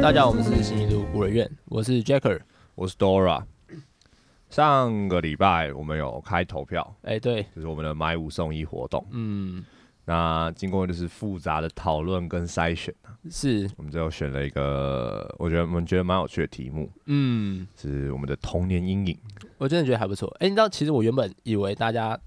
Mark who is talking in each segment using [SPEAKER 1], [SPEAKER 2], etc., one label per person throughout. [SPEAKER 1] 大家好，我们是新一路孤儿院，我是 Jacker。
[SPEAKER 2] 我是 Dora。上个礼拜我们有开投票，
[SPEAKER 1] 哎、对，
[SPEAKER 2] 就是我们的买五送一活动。
[SPEAKER 1] 嗯，
[SPEAKER 2] 那经过就是复杂的讨论跟筛选，
[SPEAKER 1] 是，
[SPEAKER 2] 我们最后选了一个我觉得我们觉得蛮有趣的题目，
[SPEAKER 1] 嗯，
[SPEAKER 2] 是我们的童年阴影。
[SPEAKER 1] 我真的觉得还不错。哎、你知道，其实我原本以为大家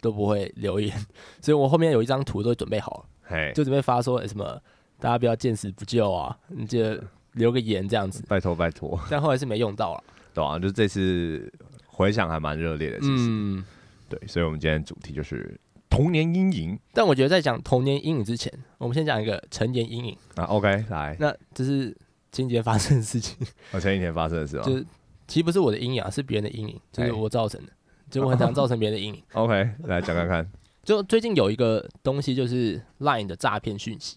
[SPEAKER 1] 都不会留言， 所以我后面有一张图都准备好了，
[SPEAKER 2] 嘿，
[SPEAKER 1] 就准备发说、哎什么大家不要见死不救啊，你记得留个言这样子。
[SPEAKER 2] 拜托拜托，
[SPEAKER 1] 但后来是没用到了。
[SPEAKER 2] 对啊，就这次回想还蛮热烈的，其实、
[SPEAKER 1] 嗯，
[SPEAKER 2] 对，所以我们今天的主题就是童年阴影
[SPEAKER 1] 但我觉得在讲童年阴影之前，我们先讲一个成年阴影，
[SPEAKER 2] 啊。OK，来，
[SPEAKER 1] 那这是今天发生的事情。
[SPEAKER 2] 我前几天发生的事吗
[SPEAKER 1] 就是其实不是我的阴影啊，是别人的阴影，就是
[SPEAKER 2] 哎
[SPEAKER 1] 我造成的，就我很常造成别人的阴影。
[SPEAKER 2] ？OK，来讲看看
[SPEAKER 1] 就最近有一个东西，就是 Line 的诈骗讯息，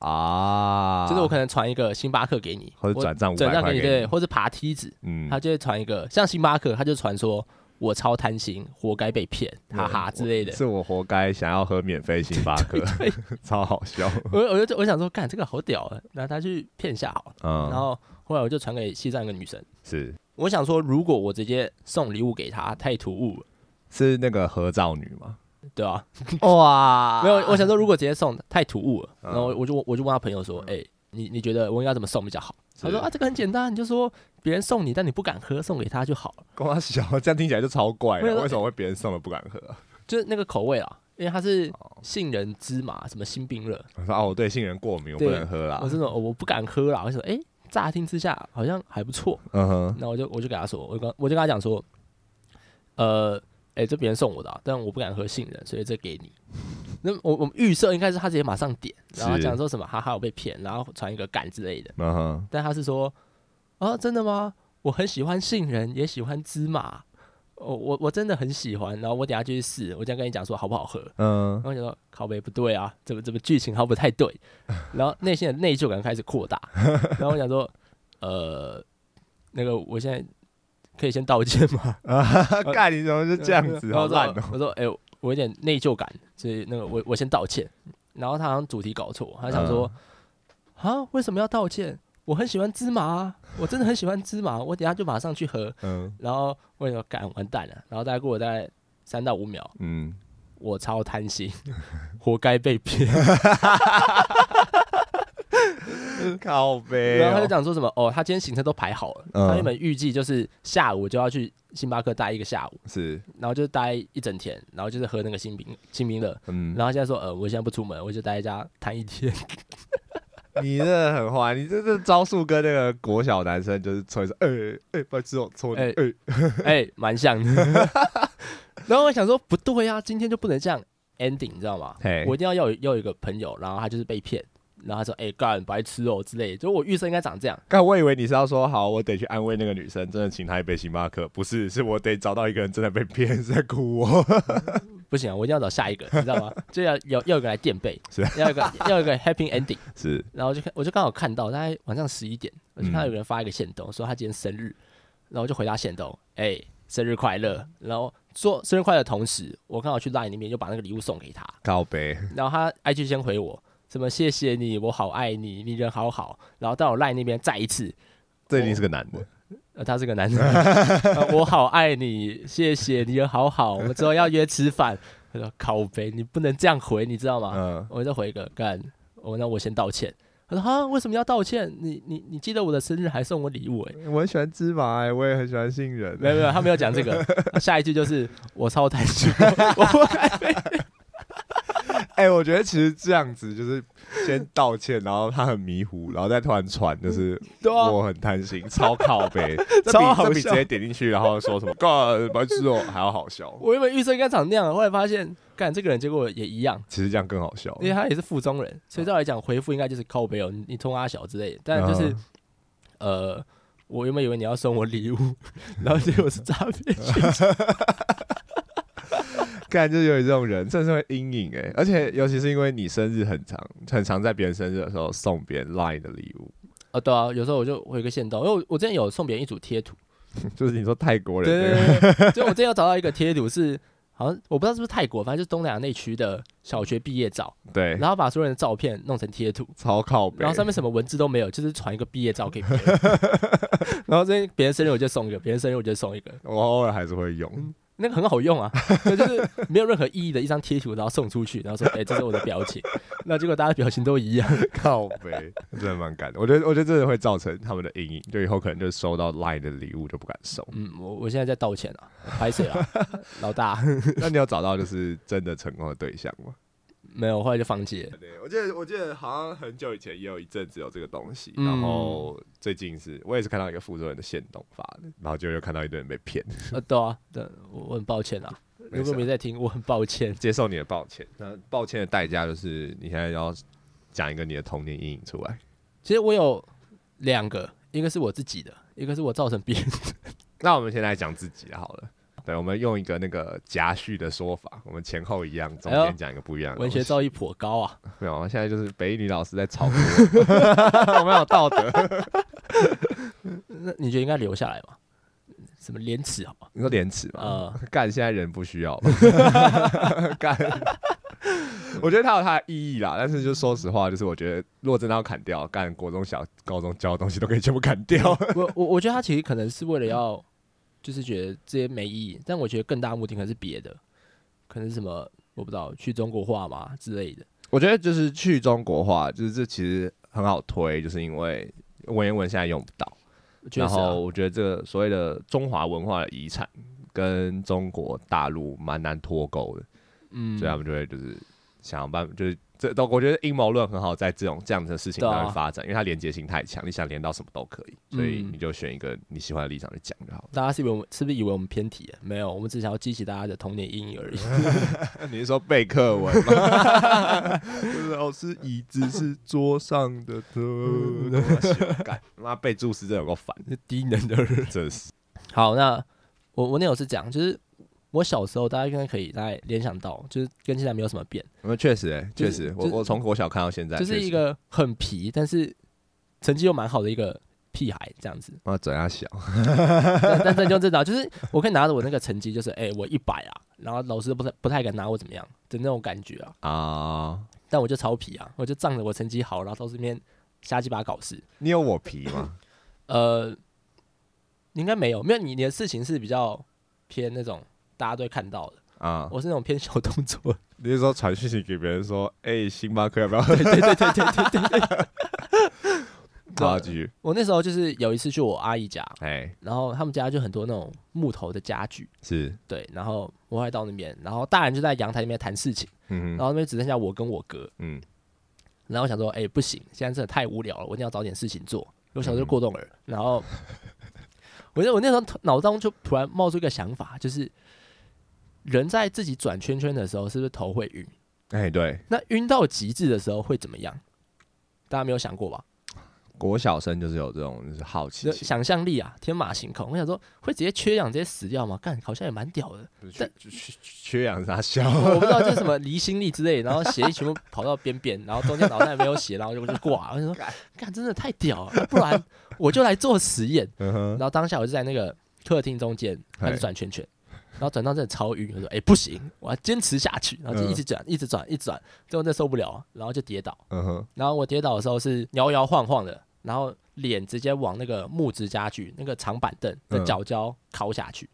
[SPEAKER 2] 啊，
[SPEAKER 1] 就是我可能传一个星巴克给你，
[SPEAKER 2] 或者
[SPEAKER 1] 我
[SPEAKER 2] 转账五
[SPEAKER 1] 转
[SPEAKER 2] 百
[SPEAKER 1] 账
[SPEAKER 2] 块
[SPEAKER 1] 给你，
[SPEAKER 2] 给
[SPEAKER 1] 对，
[SPEAKER 2] 你，
[SPEAKER 1] 或是爬梯子，
[SPEAKER 2] 嗯
[SPEAKER 1] 他就会传一个，像星巴克，他就传说我超贪心，活该被骗，哈哈之类的。
[SPEAKER 2] 嗯是我活该想要喝免费星巴 克，超好笑。
[SPEAKER 1] 我我就我想说，干这个好屌啊，那他去骗一下好了。
[SPEAKER 2] 嗯，
[SPEAKER 1] 然后后来我就传给西藏一个女生，
[SPEAKER 2] 是
[SPEAKER 1] 我想说，如果我直接送礼物给她，太突兀了，
[SPEAKER 2] 是那个合照女吗？
[SPEAKER 1] 对吧、
[SPEAKER 2] 哇
[SPEAKER 1] 没有，我想说如果直接送太突兀了，
[SPEAKER 2] 啊嗯
[SPEAKER 1] 然后我就我就问他朋友说，哎、你你觉得我应该怎么送比较好？他说啊，这个很简单，你就说别人送你，但你不敢喝，送给他就好了，
[SPEAKER 2] 光小，这样听起来就超怪
[SPEAKER 1] 没有
[SPEAKER 2] 的。为什么会别人送了 不敢喝啊？
[SPEAKER 1] 就是那个口味啊，因为它是
[SPEAKER 2] 哦
[SPEAKER 1] 杏仁芝麻什么新冰乐，
[SPEAKER 2] 我说哦，我对杏仁过敏，我
[SPEAKER 1] 对
[SPEAKER 2] 不能喝啦
[SPEAKER 1] 我。这种、哦我不敢喝啦，我就说哎、乍听之下好像还不错，
[SPEAKER 2] 嗯哼，
[SPEAKER 1] 那我就我就给他说，我就跟我就跟他讲说，呃，哎、这别人送我的啊、但我不敢喝杏仁，所以这给 你。那我我们预设应该是他直接马上点，然后
[SPEAKER 2] 是
[SPEAKER 1] 讲说什么哈哈我被骗，然后传一个干之类的。
[SPEAKER 2] 嗯哼，
[SPEAKER 1] 但他是说，啊，真的吗？我很喜欢杏仁，也喜欢芝麻，哦，我我真的很喜欢。然后我等下就去试，我这样跟你讲说好不好喝。
[SPEAKER 2] 嗯
[SPEAKER 1] 然，后你说靠北不对啊，怎么怎么剧情好像不太对，然后内心的内疚感开始扩大。然后我想说，呃，那个我现在可以先道歉吗？
[SPEAKER 2] 干你怎么是 这样子？
[SPEAKER 1] 然后
[SPEAKER 2] 好
[SPEAKER 1] 我说
[SPEAKER 2] 烂哦。
[SPEAKER 1] 我说，哎、我有点内疚感，所以那个我我先道歉。然后他好像主题搞错，他想
[SPEAKER 2] 嗯
[SPEAKER 1] 说，啊、为什么要道歉？我很喜欢芝麻、啊，我真的很喜欢芝麻，我等一下就马上去喝。
[SPEAKER 2] 嗯
[SPEAKER 1] 然后我想说，干完蛋了。然后大概过了大概三到五秒，
[SPEAKER 2] 嗯，
[SPEAKER 1] 我超贪心， 活该被骗。
[SPEAKER 2] 靠背
[SPEAKER 1] 然后他就讲说什么，哦，他今天行程都排好了，
[SPEAKER 2] 哎嗯
[SPEAKER 1] 他原本预计就是下午就要去星巴克待一个下午，
[SPEAKER 2] 是
[SPEAKER 1] 然后就待一整天，然后就是喝那个新冰新冰乐。
[SPEAKER 2] 嗯，
[SPEAKER 1] 然后现在说，呃，我现在不出门，我就待在家谈一天。
[SPEAKER 2] 你这很坏，你这这招数跟那个国小男生就是吹说，哎哎，白痴哦，戳你，
[SPEAKER 1] 哎
[SPEAKER 2] 哎，
[SPEAKER 1] 哎、蛮像的。 然后我想说，不对呀、今天就不能这样 ending，你知道吗
[SPEAKER 2] 嘿？
[SPEAKER 1] 我一定要要有要有一个朋友，然后他就是被骗，然后他说，哎、干白痴哦、之类的，就我预设应该长这样。
[SPEAKER 2] 刚我以为你是要说好，我得去安慰那个女生，真的请她一杯星巴克，不是，是我得找到一个人真的被骗 是在哭我。
[SPEAKER 1] 不行、啊，我一定要找下一个，你知道吗？ 就要有要有一个来垫背，
[SPEAKER 2] 是啊
[SPEAKER 1] 要有一个要有一个 happy ending。
[SPEAKER 2] 是，
[SPEAKER 1] 然后就看，我就刚好看到，大概晚上十一点，我就看到有人发一个线动，说他今天生日，然后我就回他线动，哎、生日快乐。然后说生日快乐的同时，我刚好去 LINE 里面就把那个礼物送给他，
[SPEAKER 2] 告白，
[SPEAKER 1] 然后他 IG 先回我什么谢谢你，我好爱你，你人好好。然后到我 LINE 那边再一次，
[SPEAKER 2] 这一定是个男的。
[SPEAKER 1] 呃，他是个男生，呃我好爱你，谢谢你人好好，我们之后要约吃饭。他说靠背，你不能这样回，你知道吗？
[SPEAKER 2] 嗯，
[SPEAKER 1] 我再回一个干，我那我先道歉。他说哈，为什么要道歉？你你你记得我的生日还送我礼物 诶、
[SPEAKER 2] 我很喜欢芝麻、欸，我也很喜欢杏仁、欸
[SPEAKER 1] 没有没有，他没有讲这个。下一句就是我超贪心， 我活该被
[SPEAKER 2] 哎、我觉得其实这样子就是先道歉，然后他很迷糊，然后再突然传， 就是
[SPEAKER 1] 对啊
[SPEAKER 2] 我很贪心，超靠 背，这比
[SPEAKER 1] 超好
[SPEAKER 2] 这比直
[SPEAKER 1] 笑
[SPEAKER 2] 接点进去然后说什么 God 白痴哦还要好笑。
[SPEAKER 1] 我原本预设应该长那样，后来发现干这个人结果也一样，
[SPEAKER 2] 其实这样更好笑
[SPEAKER 1] 因，为他也是附中人，所以照来讲回复应该就是靠北哦，你你通阿小之类的。但就是、呃，我原本以为你要送我礼物， 然后结果是诈骗讯息。
[SPEAKER 2] 干就是有你这种人，真的是会阴影哎、而且尤其是因为你生日很长，很常在别人生日的时候送别人 LINE 的礼物，
[SPEAKER 1] 啊，对啊，有时候我就回个线动，因为我我之前有送别人一组贴图。
[SPEAKER 2] 就是你说泰国人那
[SPEAKER 1] 对
[SPEAKER 2] 个
[SPEAKER 1] 对对，对就我之前有找到一个贴图是，好好像我不知道是不是泰国，反正就是东南亚那区的小学毕业照，
[SPEAKER 2] 对，
[SPEAKER 1] 然后把所有人的照片弄成贴图，
[SPEAKER 2] 超靠北。
[SPEAKER 1] 然后上面什么文字都没有，就是传一个毕业照给别 人。然后这边别人生日我就送一个，别人生日我就送一个，
[SPEAKER 2] 我偶尔还是会用，
[SPEAKER 1] 那个很好用啊， 那就是没有任何意义的一张贴图，然后送出去，然后说：“哎、这是我的表情。”那结果大家表情都一样，
[SPEAKER 2] 靠北，真的蛮感动。我觉得，我觉得真的会造成他们的阴影，就以后可能就收到 LINE 的礼物就不敢 收。
[SPEAKER 1] 嗯，我我现在在道歉啊，拍谁啊， 老大？
[SPEAKER 2] 那你有找到就是真的成功的对象吗？
[SPEAKER 1] 没有，我后来就放弃了。
[SPEAKER 2] 对，我记得，我记得好像很久以前也有一阵子有这个东西，
[SPEAKER 1] 嗯
[SPEAKER 2] 然后最近是我也是看到一个福州人的现动发的，然后就又看到一堆人被骗，
[SPEAKER 1] 呃，对啊，对，我我很抱歉啊，
[SPEAKER 2] 没
[SPEAKER 1] 如果
[SPEAKER 2] 事啊
[SPEAKER 1] 没在听，我很抱歉。
[SPEAKER 2] 接受你的抱歉。那抱歉的代价就是你现在要讲一个你的童年阴影出来。
[SPEAKER 1] 其实我有两个，一个是我自己的，一个是我造成别人的。
[SPEAKER 2] 那我们先来讲自己好了。对，我们用一个那个夹叙的说法，我们前后一样，中
[SPEAKER 1] 哎呦
[SPEAKER 2] 间讲一个不一样的东
[SPEAKER 1] 文
[SPEAKER 2] 西。
[SPEAKER 1] 学造诣颇高啊，
[SPEAKER 2] 没有，现在就是北一女老师在 炒作，我们有道德。
[SPEAKER 1] 那你觉得应该留下来吗？什么啊廉耻好吗？
[SPEAKER 2] 你说廉耻吗？
[SPEAKER 1] 呃，
[SPEAKER 2] 干，现在人不需 要吧？干，我觉得它有它的意义啦。但是就说实话，就是我觉得如果真的要砍掉，干国中小、高中教的东西都可以全部砍掉。
[SPEAKER 1] 我我我觉得他其实可能是为了要，就是觉得这些没意义，但我觉得更大的目的可能是别的，可能是什么我不知道，去中国化嘛之类的。
[SPEAKER 2] 我觉得就是去中国化，就是这其实很好推，就是因为文言文现在用不到。
[SPEAKER 1] 确
[SPEAKER 2] 然
[SPEAKER 1] 实、啊
[SPEAKER 2] 后，我觉得这个所谓的中华文化的遗产跟中国大陆蛮难脱钩的，
[SPEAKER 1] 嗯，
[SPEAKER 2] 所以他们就会就是想办法，就是这都我觉得阴谋论很好在这种这样子的事情
[SPEAKER 1] 对啊
[SPEAKER 2] 上面发展，因为它连接性太强，你想连到什么都可以，所以
[SPEAKER 1] 嗯
[SPEAKER 2] 你就选一个你喜欢的立场去讲就好
[SPEAKER 1] 大家是以为我们是不是以为我们偏题了？没有，我们只想要激起大家的童年阴影而 已。
[SPEAKER 2] 了。你是说背课文吗？就是老师椅子是桌上的，
[SPEAKER 1] 嗯
[SPEAKER 2] 干妈背注释真的有够烦，
[SPEAKER 1] 低能的人。
[SPEAKER 2] 真是。
[SPEAKER 1] 好，那我我那有是讲，就是我小时候，大家应该可以大概联想到，就是跟现在没有什么变，
[SPEAKER 2] 那确实、欸，
[SPEAKER 1] 就
[SPEAKER 2] 确
[SPEAKER 1] 是
[SPEAKER 2] 实，
[SPEAKER 1] 就
[SPEAKER 2] 我
[SPEAKER 1] 是
[SPEAKER 2] 我从国小看到现在，
[SPEAKER 1] 就是
[SPEAKER 2] 确实
[SPEAKER 1] 一个很皮，但是成绩又蛮好的一个屁孩这样子。
[SPEAKER 2] 啊嘴啊小，
[SPEAKER 1] 但但这就知道，就是我可以拿着我那个成绩，就是哎、我一百啊，然后老师都不太不太敢拿我怎么样的那种感觉 啊。
[SPEAKER 2] 啊，
[SPEAKER 1] 但我就超皮啊，我就仗着我成绩好，然后到这边瞎鸡巴搞事。
[SPEAKER 2] 你有我皮吗？
[SPEAKER 1] 呃，你应该没有，没有你你的事情是比较偏那种大家都会看到的，
[SPEAKER 2] 啊，
[SPEAKER 1] 我是那种偏 小动作。
[SPEAKER 2] 你是说传讯息给别人说，哎、星巴克要不要喝？
[SPEAKER 1] 对对对对对对对。
[SPEAKER 2] 好，继续，
[SPEAKER 1] 我那时候就是有一次去我阿姨家，
[SPEAKER 2] 哎、
[SPEAKER 1] 然后他们家就很多那种木头的家具，
[SPEAKER 2] 是，
[SPEAKER 1] 对，然后我还到那边，然后大人就在阳台那边谈事情，
[SPEAKER 2] 嗯
[SPEAKER 1] 然
[SPEAKER 2] 哼
[SPEAKER 1] 后那边只剩下我跟我哥，
[SPEAKER 2] 嗯，
[SPEAKER 1] 然后我想说，哎、不行，现在真的太无聊了，我一定要找点事情做。我想说过动儿，然后我那我那时候头脑中就突然冒出一个想法，就是人在自己转圈圈的时候，是不是头会晕？
[SPEAKER 2] 哎、对，
[SPEAKER 1] 那晕到极致的时候会怎么样？大家没有想过吧？
[SPEAKER 2] 国小生就是有这种就是好奇
[SPEAKER 1] 就
[SPEAKER 2] 心，
[SPEAKER 1] 想象力啊，天马行空。我想说，会直接缺氧直接死掉吗？干，好像也蛮屌 的。
[SPEAKER 2] 就是
[SPEAKER 1] 但
[SPEAKER 2] 缺缺缺氧啥笑，
[SPEAKER 1] 我不知道这是什么离心力之类，然后血液全部跑到边边，然后中间脑袋没有血，然后就就挂了。我 就说，干，真的太屌了，不然我就来做实验。
[SPEAKER 2] 嗯
[SPEAKER 1] 然
[SPEAKER 2] 哼，
[SPEAKER 1] 后当下我就在那个客厅中间开始
[SPEAKER 2] 嗨
[SPEAKER 1] 转圈圈，然后转到真的超晕，我说哎、不行，我要坚持下去，然后就一
[SPEAKER 2] 嗯
[SPEAKER 1] 直转，一直转，一直转，最后真的受不了，然后就跌倒。
[SPEAKER 2] 嗯哼，
[SPEAKER 1] 然后我跌倒的时候是摇摇晃晃的，然后脸直接往那个木质家具那个长板凳的
[SPEAKER 2] 嗯
[SPEAKER 1] 脚胶敲下去，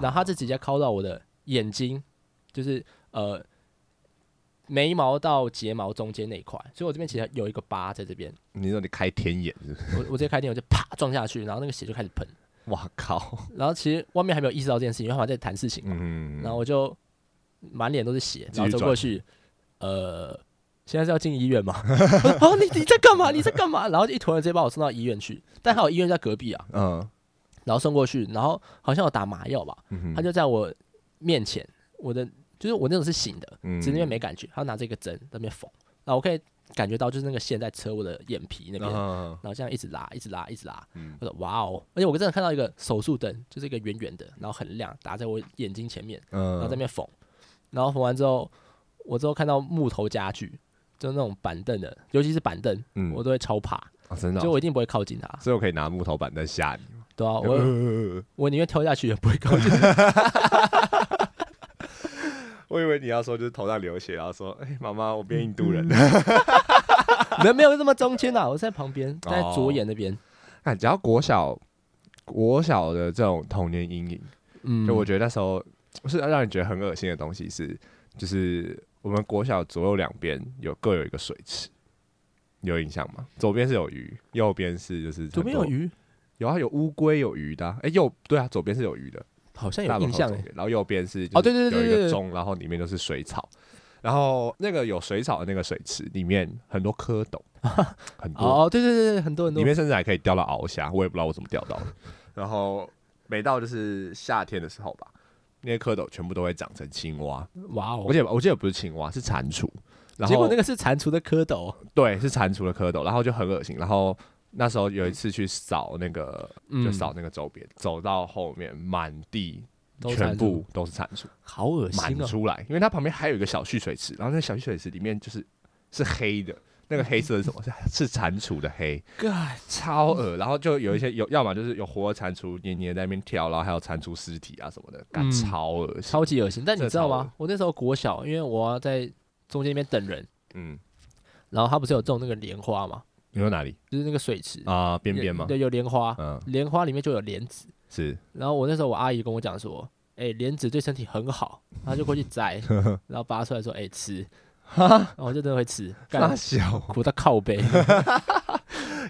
[SPEAKER 1] 然后它就直接敲到我的眼睛，就是呃眉毛到睫毛中间那一块，所以我这边其实有一个疤在这边，
[SPEAKER 2] 你说你开天眼是不是？
[SPEAKER 1] 我我直接开电我就啪撞下去，然后那个血就开始喷。
[SPEAKER 2] 哇靠，
[SPEAKER 1] 然后其实外面还没有意识到这件事情，因为他们还在谈事情嘛。
[SPEAKER 2] 嗯，
[SPEAKER 1] 然后我就满脸都是血，
[SPEAKER 2] 继续
[SPEAKER 1] 然后走过去，呃，现在是要进医院吗？ 我说啊，你你在干嘛？你在干嘛？然后就一坨人直接把我送到医院去，但还有医院在隔壁啊，
[SPEAKER 2] 嗯，
[SPEAKER 1] 然后送过去，然后好像有打麻药吧，
[SPEAKER 2] 嗯哼
[SPEAKER 1] 他就在我面前，我的就是我那种是醒的，
[SPEAKER 2] 嗯
[SPEAKER 1] 只是因为没感觉，他拿着一个针在那边缝，然后我可以感觉到就是那个线在扯我的眼皮那边，
[SPEAKER 2] 嗯
[SPEAKER 1] 然后这样一直拉，一直拉，一直拉。
[SPEAKER 2] 嗯
[SPEAKER 1] 我说哇哦！而且我真的看到一个手术灯，就是一个圆圆的，然后很亮，打在我眼睛前面，然后在那
[SPEAKER 2] 嗯，
[SPEAKER 1] 边缝。然后缝完之后，我之后看到木头家具，就那种板凳的，尤其是板凳，
[SPEAKER 2] 嗯
[SPEAKER 1] 我都会超怕，
[SPEAKER 2] 啊真的
[SPEAKER 1] 就
[SPEAKER 2] 哦，
[SPEAKER 1] 我一定不会靠近它。
[SPEAKER 2] 所以我可以拿木头板在吓你，
[SPEAKER 1] 对啊，我
[SPEAKER 2] 呃
[SPEAKER 1] 我宁愿跳下去也不会靠近。
[SPEAKER 2] 为你要说就是头上流血，然后说：“哎、妈妈，我变印度人。
[SPEAKER 1] 人没有这么中间啊，我在旁边，在左
[SPEAKER 2] 哦
[SPEAKER 1] 眼那边。
[SPEAKER 2] 看，只要国小国小的这种童年阴影，
[SPEAKER 1] 嗯，
[SPEAKER 2] 就我觉得那时候是让你觉得很恶心的东西是，就是我们国小左右两边有各有一个水池，你有印象吗？左边是有鱼，右边是就是
[SPEAKER 1] 左边
[SPEAKER 2] 很
[SPEAKER 1] 有
[SPEAKER 2] 多，
[SPEAKER 1] 鱼，
[SPEAKER 2] 有啊，有乌龟有鱼的啊、哎、右对啊，左边是有鱼的，
[SPEAKER 1] 好像
[SPEAKER 2] 大
[SPEAKER 1] 有
[SPEAKER 2] 门
[SPEAKER 1] 印
[SPEAKER 2] 口
[SPEAKER 1] 象
[SPEAKER 2] 左
[SPEAKER 1] 哎
[SPEAKER 2] 边。然后右边是
[SPEAKER 1] 哦对对
[SPEAKER 2] 就是
[SPEAKER 1] 对
[SPEAKER 2] 有一
[SPEAKER 1] 对
[SPEAKER 2] 个
[SPEAKER 1] 对
[SPEAKER 2] 钟，然后里面就是水草，然后那个有水草的那个水池里面很多蝌 蚪，很多，
[SPEAKER 1] 哦，对对对对，很多很多
[SPEAKER 2] 里。面甚至还可以钓到鳌虾，我也不知道我怎么钓 到的。然后每到就是夏天的时候吧，那些蝌蚪全部都会长成青蛙，
[SPEAKER 1] 哇哦
[SPEAKER 2] 而！且我记得不是青蛙，是蟾蜍。然
[SPEAKER 1] 结
[SPEAKER 2] 后
[SPEAKER 1] 果那个是蟾蜍的蝌蚪，
[SPEAKER 2] 对是蟾蜍的蝌蚪，然后就很恶心。然后那时候有一次去扫那个，就
[SPEAKER 1] 嗯
[SPEAKER 2] 扫那个周边，走到后面满地
[SPEAKER 1] 都是
[SPEAKER 2] 全
[SPEAKER 1] 蟾
[SPEAKER 2] 部都是蟾蜍。
[SPEAKER 1] 好恶
[SPEAKER 2] 满
[SPEAKER 1] 心哦！
[SPEAKER 2] 出来，因为它旁边还有一个小蓄水池，然后那个小蓄水池里面就是是黑的，那个黑色是什么？是是蟾蜍的黑，
[SPEAKER 1] God，
[SPEAKER 2] 超恶。然后就有一些有，要么就是有活的蟾蜍黏黏在那边跳，然后还有蟾蜍尸体啊什么的，干
[SPEAKER 1] 嗯
[SPEAKER 2] 超恶心。
[SPEAKER 1] 超级恶心。但你
[SPEAKER 2] 这
[SPEAKER 1] 知道
[SPEAKER 2] 超恶
[SPEAKER 1] 吗？我那时候国小，因为我要在中间那边等人，
[SPEAKER 2] 嗯，
[SPEAKER 1] 然后他不是有种那个莲花嘛，
[SPEAKER 2] 你说哪里
[SPEAKER 1] 就是那个水池
[SPEAKER 2] 啊？边边吗？
[SPEAKER 1] 对，有莲花，
[SPEAKER 2] 嗯，
[SPEAKER 1] 莲花里面就有莲子。
[SPEAKER 2] 是
[SPEAKER 1] 然后我那时候我阿姨跟我讲说，哎、莲子对身体很 好，她就过去摘，然后拔出来说，哎、吃。然后我就真的会吃，干
[SPEAKER 2] 小，
[SPEAKER 1] 苦到靠背。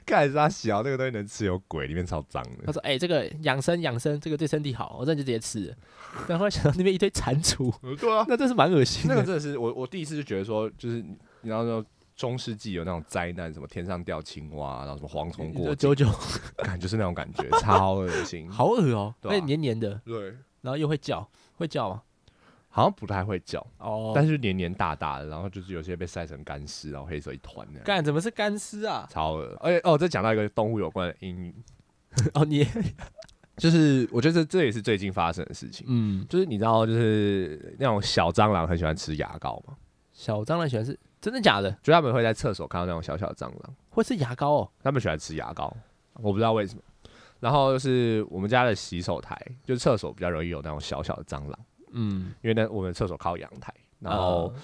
[SPEAKER 2] 干啥小？那个东西能吃有鬼，里面超脏的
[SPEAKER 1] 他。说：“哎、这个养生养生，这个对身体好。”我这就直接吃了。但后来想到那边一堆蟾蜍，
[SPEAKER 2] 对啊，
[SPEAKER 1] 那真是蛮恶心
[SPEAKER 2] 那
[SPEAKER 1] 的。
[SPEAKER 2] 个真的是我我第一次就觉得说，就是你你知道说中世纪有那种灾难，什么天上掉青蛙，然后什么蝗虫过
[SPEAKER 1] 就
[SPEAKER 2] 境
[SPEAKER 1] 九九，
[SPEAKER 2] 感就是那种感觉，超恶 心。，
[SPEAKER 1] 好恶哦、
[SPEAKER 2] 对啊
[SPEAKER 1] 那黏黏的，
[SPEAKER 2] 对，
[SPEAKER 1] 然后又会叫，会叫吗？
[SPEAKER 2] 好像不太会叫，
[SPEAKER 1] 哦，
[SPEAKER 2] 但是黏黏大大的，然后就是有些被晒成干尸，然后黑色一团那样，
[SPEAKER 1] 干怎么是干尸啊？
[SPEAKER 2] 超恶。而且哦，这讲到一个动物有关的阴影，
[SPEAKER 1] 哦，你
[SPEAKER 2] 就是我觉得这这也是最近发生的事情。
[SPEAKER 1] 嗯，
[SPEAKER 2] 就是你知道，就是那种小蟑螂很喜欢吃牙膏嘛，
[SPEAKER 1] 小蟑螂喜欢是真的假的？
[SPEAKER 2] 就他们会在厕所看到那种小小的蟑螂，
[SPEAKER 1] 会是牙膏哦？
[SPEAKER 2] 他们喜欢吃牙膏，我不知道为什么。然后就是我们家的洗手台，就是厕所比较容易有那种小小的蟑螂，
[SPEAKER 1] 嗯，
[SPEAKER 2] 因为呢我们厕所靠阳台，然后
[SPEAKER 1] 呃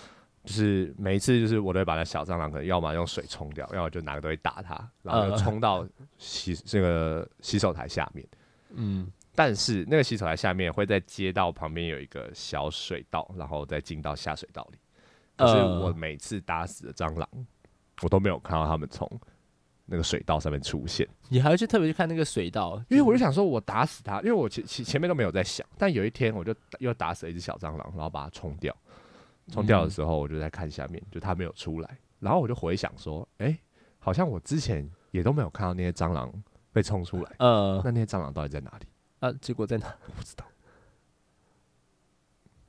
[SPEAKER 2] 就是每一次就是我都会把那小蟑螂可能要么用水冲掉，要么就拿个东西打它，然后就
[SPEAKER 1] 呃
[SPEAKER 2] 冲到洗这个洗手台下面。
[SPEAKER 1] 嗯，
[SPEAKER 2] 但是那个洗手台下面会在街道旁边有一个小水道，然后再进到下水道里。可是
[SPEAKER 1] 呃
[SPEAKER 2] 我每次打死的蟑螂，我都没有看到它们从那个水道上面出现，
[SPEAKER 1] 你还要去特别去看那个水稻，
[SPEAKER 2] 因为我就想说，我打死它，因为我前前前面都没有在想。但有一天，我就又打死了一只小蟑螂，然后把它冲掉。冲掉的时候，我就在看下面，就它没有出来。然后我就回想说，哎、好像我之前也都没有看到那些蟑螂被冲出来。
[SPEAKER 1] 呃
[SPEAKER 2] 那那些蟑螂到底在哪里？
[SPEAKER 1] 啊，结果在哪？
[SPEAKER 2] 我不知道。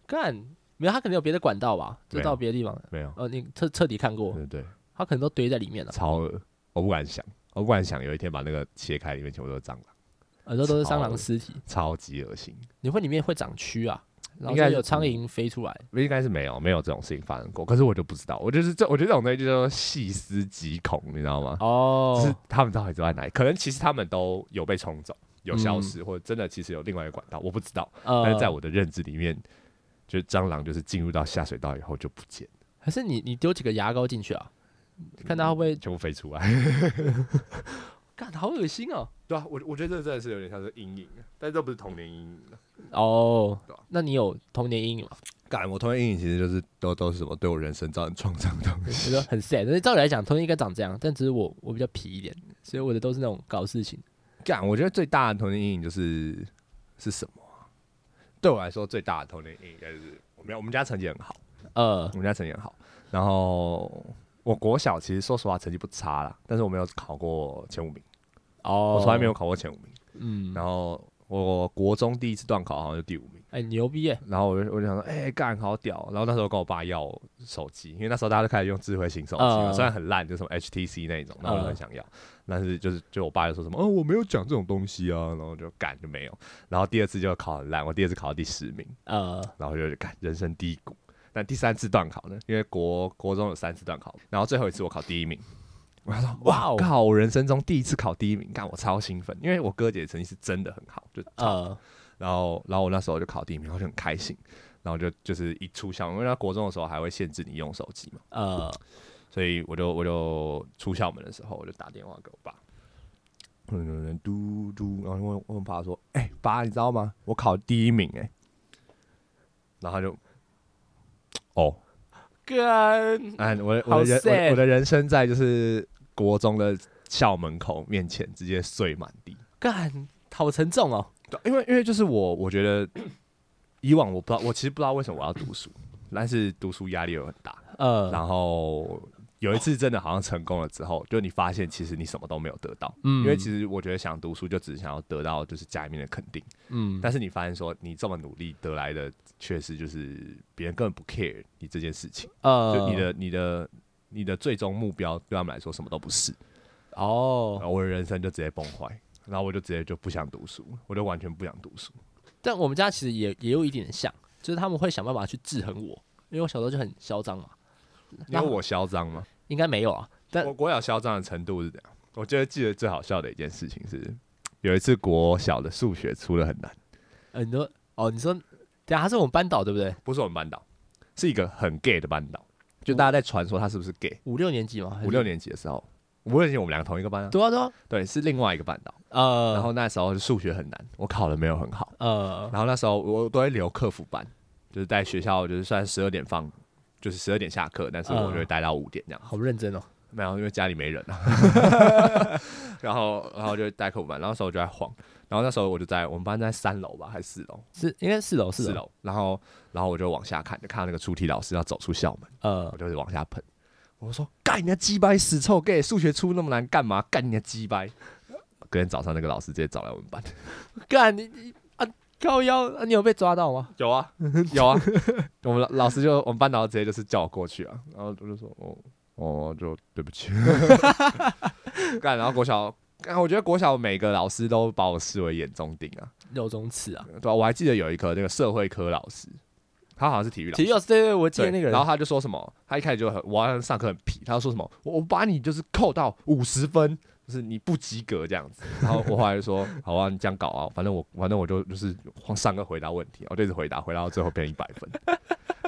[SPEAKER 1] 干，没有，他可能有别的管道吧，就
[SPEAKER 2] 没有
[SPEAKER 1] 到别的地方。
[SPEAKER 2] 没有，
[SPEAKER 1] 呃，你彻彻底看过，
[SPEAKER 2] 对对，
[SPEAKER 1] 他可能都堆在里面了，
[SPEAKER 2] 超恶，我不敢想，我不敢想有一天把那个切开，里面全部都是蟑螂，
[SPEAKER 1] 耳朵都是
[SPEAKER 2] 超
[SPEAKER 1] 蟑螂尸体。
[SPEAKER 2] 超级恶心。
[SPEAKER 1] 你会里面会长蛆啊，然后
[SPEAKER 2] 应该
[SPEAKER 1] 就是有苍蝇飞出来。
[SPEAKER 2] 应该是没有没有这种事情发生过，可是我就不知道，我就是这，我觉得这种东西就叫做细思极恐，你知道吗？就
[SPEAKER 1] 哦
[SPEAKER 2] 是，他们到底都在哪里？可能其实他们都有被冲走，有消失，或者真的其实有另外一个管道，我不知道。但
[SPEAKER 1] 呃
[SPEAKER 2] 是在我的认知里面，就是蟑螂就是进入到下水道以后就不见，
[SPEAKER 1] 还是你你丢几个牙膏进去啊，看它会不会
[SPEAKER 2] 全部飞出来。
[SPEAKER 1] 干，好恶心哦。
[SPEAKER 2] 对啊，我我觉得这真的是有点像是阴影，但是这不是童年阴影
[SPEAKER 1] 哦
[SPEAKER 2] 对啊，
[SPEAKER 1] 那你有童年阴影吗？
[SPEAKER 2] 感我童年阴影其实就是都都是什么对我人生造成创伤的东
[SPEAKER 1] 我
[SPEAKER 2] 西。
[SPEAKER 1] 觉得很 sad，但是照理来讲，童年应该长这样，但只是我我比较皮一点，所以我的都是那种搞事情。
[SPEAKER 2] 感我觉得最大的童年阴影就是是什么啊、对我来说最大的童年阴影应该是我们家我们家成绩很好，
[SPEAKER 1] 呃
[SPEAKER 2] 我，们家成绩很好。然后我国小其实说实话成绩不差啦，但是我没有考过前五名，
[SPEAKER 1] 哦，
[SPEAKER 2] 嗯我从来没有。考过前五名。
[SPEAKER 1] 嗯，
[SPEAKER 2] 然后我国中第一次段考好像就第五名，
[SPEAKER 1] 哎，牛逼耶！
[SPEAKER 2] 然后我就我就想说，哎、干好屌！然后那时候跟我爸要手机，因为那时候大家都开始用智慧型手机了，
[SPEAKER 1] 嗯
[SPEAKER 2] 虽然很烂，就什么 HTC 那一种，那我就
[SPEAKER 1] 嗯
[SPEAKER 2] 很想要，但是就是就我爸就说什么，哦，我没有讲这种东西啊，然后就干就没有。然后第二次就考很烂，我第二次考到第十名，
[SPEAKER 1] 呃，
[SPEAKER 2] 然后就是干人生低谷。但第三次段考呢，因为国国中有三次段考，然后最后一次我考第一名。我想说，哇
[SPEAKER 1] 哇哦
[SPEAKER 2] 靠！我人生中第一次考第一名，干我超兴奋，因为我哥姐的成绩是真的很好，就
[SPEAKER 1] 呃，
[SPEAKER 2] 然后，然后我那时候就考第一名，我就很开心。然后就就是一出校门，因为他国中的时候还会限制你用手机嘛，
[SPEAKER 1] 呃，
[SPEAKER 2] 所以我就我就出校门的时候，我就打电话给我爸，嗯，嘟嘟，然后问问我爸说：“哎、爸，你知道吗？我考第一名哎、然后他就，哦，
[SPEAKER 1] 干，
[SPEAKER 2] 哎，我的
[SPEAKER 1] 好
[SPEAKER 2] 我的人我
[SPEAKER 1] sad
[SPEAKER 2] 我的人生在就是国中的校门口面前直接碎满地，
[SPEAKER 1] 干，好沉重哦。
[SPEAKER 2] 对，啊因为因为就是我，我觉得以往我不知道，我其实不知道为什么我要读书，但是读书压力又很大。
[SPEAKER 1] 呃，
[SPEAKER 2] 然后有一次真的好像成功了之后，就你发现其实你什么都没有得到，
[SPEAKER 1] 嗯
[SPEAKER 2] 因为其实我觉得想读书就只是想要得到就是家里面的肯定，
[SPEAKER 1] 嗯，
[SPEAKER 2] 但是你发现说你这么努力得来的，确实就是别人根本不 care 你这件事情，
[SPEAKER 1] 呃，
[SPEAKER 2] 就你的你的你的最终目标对他们来说什么都不是，然
[SPEAKER 1] 哦，
[SPEAKER 2] 后我的人生就直接崩坏。然后我就直接就不想读书，我就完全不想读书。
[SPEAKER 1] 但我们家其实也也有一点像，就是他们会想办法去制衡我，因为我小时候就很嚣张嘛。
[SPEAKER 2] 因为我嚣张吗？
[SPEAKER 1] 应该没有啊，但
[SPEAKER 2] 我国小嚣张的程度是怎样？我觉得记得最好笑的一件事情是，有一次国小的数学出的很难，
[SPEAKER 1] 呃，你说哦，你说，等下他是我们班导对不对？
[SPEAKER 2] 不是我们班导，是一个很 gay 的班导，就大家在传说他是不是 gay。
[SPEAKER 1] 五六年级嘛，还是
[SPEAKER 2] 五六年级的时候，五六年级我们两个同一个班、啊，
[SPEAKER 1] 对啊对啊，
[SPEAKER 2] 对，是另外一个班导。
[SPEAKER 1] 呃，
[SPEAKER 2] 然后那时候数学很难，我考的没有很好，
[SPEAKER 1] 呃，
[SPEAKER 2] 然后那时候我都会留客服班，就是在学校就是算十二点放，就是十二点下课，但是我就会待到五点这样。
[SPEAKER 1] 好认真哦，
[SPEAKER 2] 没有，因为家里没人啊。然后，然后就带课本，然后那时候我就在晃，然后那时候我就在我们班在三楼吧，还是四楼？
[SPEAKER 1] 是应该是四哦楼
[SPEAKER 2] 四，楼。然后，然后我就往下看，就看到那个出题老师要走出校门，
[SPEAKER 1] 呃
[SPEAKER 2] 我，就是往下喷。我说：“干你个鸡掰死臭 gay，数学出那么难干嘛？干你个鸡掰！”隔天早上那个老师直接找来我们班，
[SPEAKER 1] 干你你啊高腰啊，你有被抓到吗？
[SPEAKER 2] 有 啊，有啊。我们老老师就 我们班导直接就是叫我过去啊，然后我就说，哦，哦，就对不 起。干，然后国小，干，我觉得国小每个老师都把我视为眼中钉啊，
[SPEAKER 1] 肉中刺啊，
[SPEAKER 2] 对吧、我还记得有一科那个社会科老师，他好像是体育老
[SPEAKER 1] 体
[SPEAKER 2] 师。
[SPEAKER 1] 育老师对对，我记
[SPEAKER 2] 对
[SPEAKER 1] 得那个人，
[SPEAKER 2] 然后他就说什么，他一开始就很，我好像上课很皮，他就说什么，我我把你就是扣到五十分，就是你不及格这样子。然后我后来就说，好啊，你这样搞啊，反正我反正我就就是上课回答问题，我哦就一直回答，回答到最后变一百分。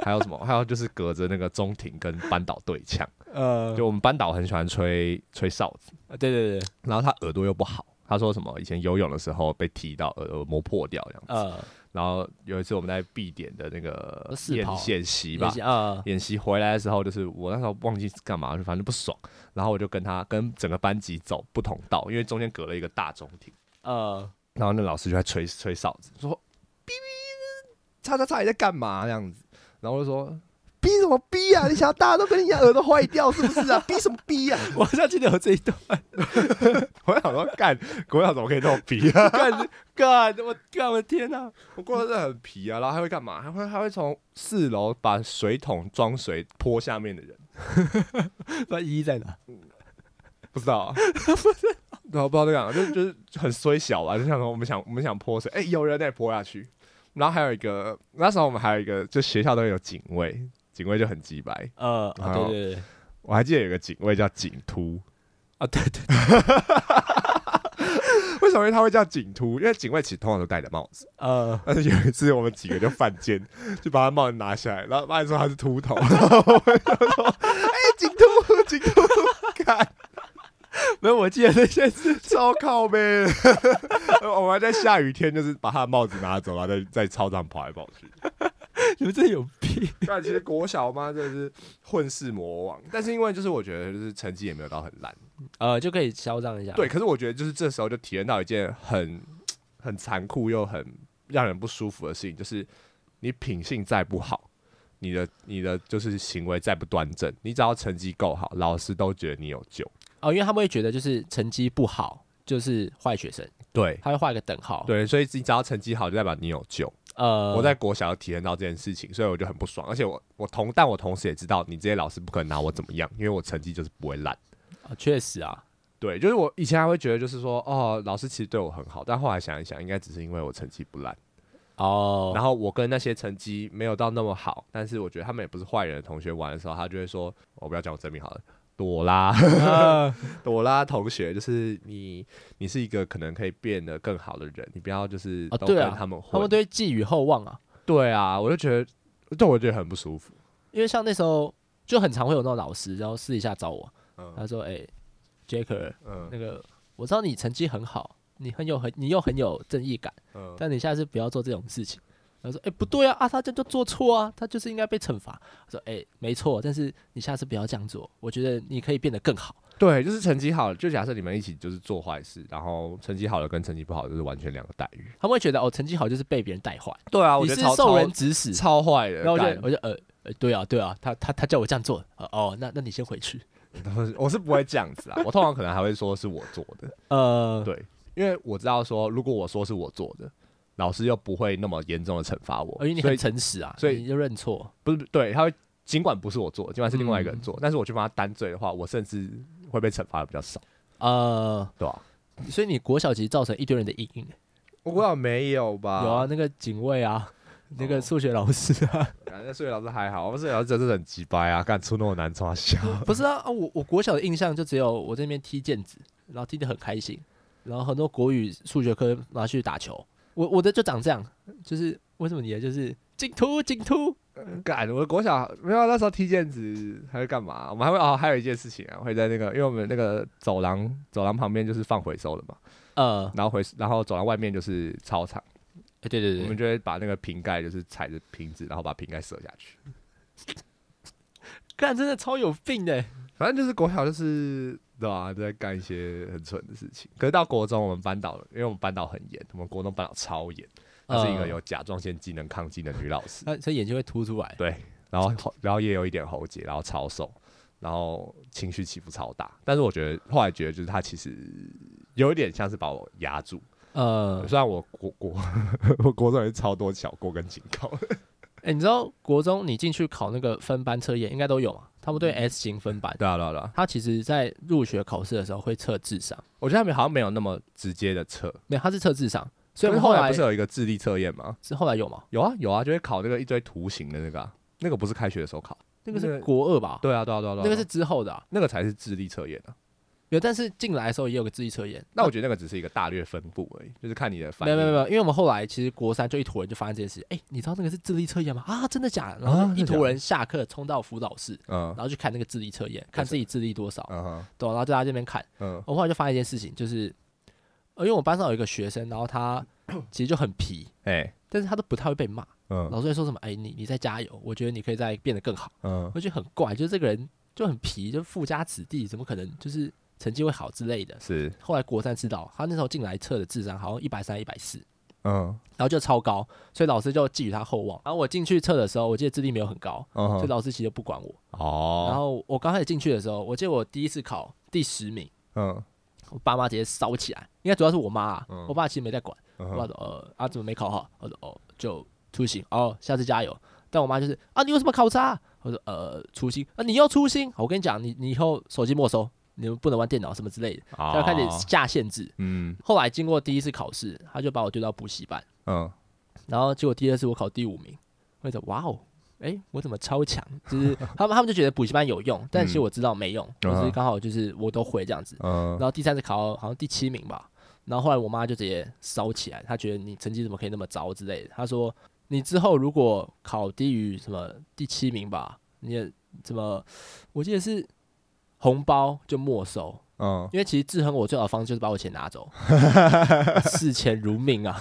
[SPEAKER 2] 还有什么？还有就是隔着那个中庭跟班导对呛，
[SPEAKER 1] 呃，
[SPEAKER 2] 就我们班导很喜欢吹吹哨子，
[SPEAKER 1] 啊对对对对，
[SPEAKER 2] 然后他耳朵又不好，他说什么以前游泳的时候被踢到耳耳膜破掉这样子。
[SPEAKER 1] 呃，
[SPEAKER 2] 然后有一次我们在 B 点的那个
[SPEAKER 1] 四
[SPEAKER 2] 演
[SPEAKER 1] 跑
[SPEAKER 2] 演习
[SPEAKER 1] 你
[SPEAKER 2] 吧，
[SPEAKER 1] 啊，
[SPEAKER 2] 演习回来的时候，就是我那时候忘记是干嘛，就反正不爽，然后我就跟他跟整个班级走不同道，因为中间隔了一个大中庭，
[SPEAKER 1] 呃，
[SPEAKER 2] 然后那老师就在吹吹哨子，说：“哔哔，叉叉叉你在干嘛？”这样子，然后我就说。逼什么逼啊！你想要大家都跟你一样耳朵坏掉是不是啊？逼什么逼啊！
[SPEAKER 1] 我好像记得有这一段，
[SPEAKER 2] 我想说，干国小怎么可以这么皮啊？
[SPEAKER 1] 干干我干我的天哪，
[SPEAKER 2] 我国小真的很皮啊！然后还会干嘛？还会还会从四楼把水桶装水泼下面的人。
[SPEAKER 1] 那一在哪？
[SPEAKER 2] 不知道、 啊，然后不知道在干嘛，就就是很衰小啊吧，就像说我们想我们想泼水，哎、有人在泼下去。然后还有一个，那时候我们还有一个，就学校都有警卫，警卫就很鸡白。
[SPEAKER 1] 呃，啊对
[SPEAKER 2] 好
[SPEAKER 1] 对对，
[SPEAKER 2] 我还记得有一个警卫叫警秃，
[SPEAKER 1] 啊对对，
[SPEAKER 2] 为什么他会叫警秃？因为警卫其实通常都戴着帽子，
[SPEAKER 1] 呃，
[SPEAKER 2] 但是有一次我们几个就犯贱， 就把他帽子拿下来，然后发现说他是秃头，然后我们就说：“哎、警秃，警秃，看。”
[SPEAKER 1] 没有，我记得那些是
[SPEAKER 2] 超靠呗！ 我们还在下雨天，就是把他的帽子拿走，然后在在操场跑来跑去。
[SPEAKER 1] 你们真的有病，
[SPEAKER 2] 但啊其实国小嘛，真的是混世魔王。但是因为就是我觉得就是成绩也没有到很烂， 啊
[SPEAKER 1] 呃，就可以嚣张一下，
[SPEAKER 2] 对。可是我觉得就是这时候就体验到一件很很残酷又很让人不舒服的事情，就是你品性再不好，你的你的就是行为再不端正，你只要成绩够好，老师都觉得你有救。
[SPEAKER 1] 哦，因为他们会觉得就是成绩不好就是坏学生，
[SPEAKER 2] 对
[SPEAKER 1] 他会画一个等号。，
[SPEAKER 2] 对，所以你只要成绩好，就代表你有救。
[SPEAKER 1] 呃，
[SPEAKER 2] 我在国小有体验到这件事情，所以我就很不爽。而且我我同但我同时也知道，你这些老师不可能拿我怎么样，因为我成绩就是不会烂。
[SPEAKER 1] 啊确实啊，
[SPEAKER 2] 对，就是我以前还会觉得，就是说，哦，老师其实对我很好，但后来想一想，应该只是因为我成绩不烂。
[SPEAKER 1] 哦，
[SPEAKER 2] 然后我跟那些成绩没有到那么好，但是我觉得他们也不是坏人的同学玩的时候，他就会说，我不要讲我真名好了，朵拉，
[SPEAKER 1] 呃
[SPEAKER 2] 朵拉同学，就是你，你是一个可能可以变得更好的人，你不要就是
[SPEAKER 1] 啊
[SPEAKER 2] 都
[SPEAKER 1] 对
[SPEAKER 2] 跟
[SPEAKER 1] 啊
[SPEAKER 2] 他们混。
[SPEAKER 1] 他们都会寄予厚望啊。
[SPEAKER 2] 对啊，我就觉得这我觉得很不舒服。
[SPEAKER 1] 因为像那时候就很常会有那种老师，然后私底下找我，他说：“哎、杰克，
[SPEAKER 2] 嗯
[SPEAKER 1] 那个我知道你成绩很好，你很有很你又很有正义感，
[SPEAKER 2] 嗯，
[SPEAKER 1] 但你下次不要做这种事情。”他说：“哎、不对啊，啊，他这就做错啊，他就是应该被惩罚。”他说：“哎、没错，但是你下次不要这样做，我觉得你可以变得更好。
[SPEAKER 2] 对，就是成绩好了，就假设你们一起就是做坏事，然后成绩好了跟成绩不好就是完全两个待遇。”
[SPEAKER 1] 他们会觉得哦，成绩好就是被别人带坏，
[SPEAKER 2] 对啊
[SPEAKER 1] 你是受人指使。
[SPEAKER 2] 超坏的。
[SPEAKER 1] 然后我就
[SPEAKER 2] 干
[SPEAKER 1] 我就呃呃，对啊对啊，他他他叫我这样做，呃哦，那那你先回去。
[SPEAKER 2] 我是我是不会这样子啊，我通常可能还会说是我做的，
[SPEAKER 1] 呃，
[SPEAKER 2] 对，因为我知道说如果我说是我做的，老师又不会那么严重的惩罚我，
[SPEAKER 1] 因为你
[SPEAKER 2] 所
[SPEAKER 1] 很
[SPEAKER 2] 以
[SPEAKER 1] 诚实啊，
[SPEAKER 2] 所以
[SPEAKER 1] 你就认错。
[SPEAKER 2] 不是对，他会尽管不是我做的，尽管是另外
[SPEAKER 1] 嗯
[SPEAKER 2] 一个人做，但是我去帮他担罪的话，我甚至会被惩罚的比较少，
[SPEAKER 1] 呃，
[SPEAKER 2] 对吧、
[SPEAKER 1] 所以你国小级造成一堆人的阴影，
[SPEAKER 2] 我估计没有吧
[SPEAKER 1] 有啊，，那个警卫啊，
[SPEAKER 2] 哦
[SPEAKER 1] 那个数学老师 啊，
[SPEAKER 2] 感觉数学老师还好，我们数学老师真的是很鸡掰啊，干出那么难 抓笑。
[SPEAKER 1] 不是啊，啊我我国小的印象就只有我这边踢毽子，然后踢得很开心，然后很多国语、数学科拿去打球，我我的就长这样，就是为什么你的就是进突进突，
[SPEAKER 2] 干，我国小没有啊那时候踢毽子还会干嘛？我们还会哦，还有一件事情啊，会在那个，因为我们那个走廊走廊旁边就是放回收的嘛，
[SPEAKER 1] 呃，
[SPEAKER 2] 然后回然后走廊外面就是操场，
[SPEAKER 1] 哎对对
[SPEAKER 2] 我
[SPEAKER 1] 对
[SPEAKER 2] 们，就会把那个瓶盖就是踩着瓶子，然后把瓶盖射下去。
[SPEAKER 1] 干真的超有病的，
[SPEAKER 2] 反正就是国小就是对吧、就在干一些很蠢的事情。可是到国中，我们班导，因为我们班导很严，我们国中班导超严，她是一个
[SPEAKER 1] 呃
[SPEAKER 2] 有甲状腺机能亢进的女老师，
[SPEAKER 1] 他他眼睛会凸出来，
[SPEAKER 2] 对，然后喉然后也有一点喉结，然后超瘦，然后情绪起伏超大。但是我觉得后来觉得就是他其实有一点像是把我压住，
[SPEAKER 1] 呃，
[SPEAKER 2] 虽然我国国 我国中也是超多小过跟警告，
[SPEAKER 1] 哎、你知道国中你进去考那个分班测验应该都有啊，他们对 S 型分班，
[SPEAKER 2] 对啊对啊对啊，
[SPEAKER 1] 他其实在入学考试的时候会测智商，
[SPEAKER 2] 我觉得他们好像没有那么直接的测，
[SPEAKER 1] 没有，他是测智商，所
[SPEAKER 2] 所
[SPEAKER 1] 以我
[SPEAKER 2] 以
[SPEAKER 1] 们后
[SPEAKER 2] 后来
[SPEAKER 1] 来
[SPEAKER 2] 不是有一个智力测验吗？
[SPEAKER 1] 是后来有吗？
[SPEAKER 2] 有啊有啊，就会考那个一堆图形的那个、啊，那个不是开学的时候考，
[SPEAKER 1] 那个是
[SPEAKER 2] 那个
[SPEAKER 1] 国二吧？
[SPEAKER 2] 对啊对啊对啊对啊，
[SPEAKER 1] 那个是
[SPEAKER 2] 对啊
[SPEAKER 1] 之后的、啊，
[SPEAKER 2] 那个才是智力测验啊。
[SPEAKER 1] 有，但是进来的时候也有个智力测验。
[SPEAKER 2] 那我觉得那个只是一个大略分布而已，就是看你的反
[SPEAKER 1] 没
[SPEAKER 2] 应。
[SPEAKER 1] 有没有没有，因为我们后来其实国三就一坨人就发现这件事，哎、你知道那个是智力测验吗？啊，真的假的？然后
[SPEAKER 2] 啊
[SPEAKER 1] 就一
[SPEAKER 2] 真的假
[SPEAKER 1] 坨
[SPEAKER 2] 的
[SPEAKER 1] 人下课冲到辅导室，
[SPEAKER 2] 嗯
[SPEAKER 1] 然后去看那个智力测验，看自己智力多少，啊
[SPEAKER 2] 嗯哼
[SPEAKER 1] 懂？然后就在这边看。
[SPEAKER 2] 嗯
[SPEAKER 1] 我后来就发现一件事情，就是，呃，因为我班上有一个学生，然后 他其实就很皮，
[SPEAKER 2] 哎
[SPEAKER 1] 但是他都不太会被骂，
[SPEAKER 2] 嗯
[SPEAKER 1] 老师会说什么，哎、你你再加油，我觉得你可以再变得更好。
[SPEAKER 2] 嗯
[SPEAKER 1] 我觉得很怪，就是这个人就很皮，就富家子弟，怎么可能就是成绩会好之类的？
[SPEAKER 2] 是，
[SPEAKER 1] 后来国三知道，他那时候进来测的智商好像一百三、一百四，
[SPEAKER 2] 嗯，
[SPEAKER 1] 然后就超高，所以老师就寄予他厚望。然后我进去测的时候，我记得智力没有很高，
[SPEAKER 2] 嗯
[SPEAKER 1] 所以
[SPEAKER 2] 哼
[SPEAKER 1] 老师其实就不管我。然
[SPEAKER 2] 哦，
[SPEAKER 1] 后我刚开始进去的时候，我记得我第一次考第十名，
[SPEAKER 2] 嗯
[SPEAKER 1] 我爸妈直接烧起来，应该主要是我妈、啊，
[SPEAKER 2] 嗯
[SPEAKER 1] 我爸其实没在管。
[SPEAKER 2] 嗯
[SPEAKER 1] 我爸
[SPEAKER 2] 哼，
[SPEAKER 1] 说呃啊怎么没考好？我说哦就粗心哦，下次加油。但我妈就是啊你为什么考差？我说呃粗心啊你又粗心，我跟你讲你你以后手机没收，你们不能玩电脑什么之类的，她
[SPEAKER 2] 哦
[SPEAKER 1] 就开始下限制。
[SPEAKER 2] 嗯
[SPEAKER 1] 后来经过第一次考试，他就把我丢到补习班，
[SPEAKER 2] 嗯，
[SPEAKER 1] 然后结果第二次我考第五名，我就哇哦。诶，我怎么超强？就是 他们，他们就觉得补习班有用，但其实
[SPEAKER 2] 嗯
[SPEAKER 1] 我知道没用，
[SPEAKER 2] 嗯
[SPEAKER 1] 我只是
[SPEAKER 2] 哼
[SPEAKER 1] 刚好就是我都会这样子。
[SPEAKER 2] 嗯
[SPEAKER 1] 然，后第三次考到好像第七名吧，然后后来我妈就直接烧起来，她觉得你成绩怎么可以那么糟之类的。她说你之后如果考低于什么第七名吧，你也怎么我记得是红包就没收，
[SPEAKER 2] 嗯，
[SPEAKER 1] 因为其实制衡我最好的方式就是把我钱拿走，视钱如命啊。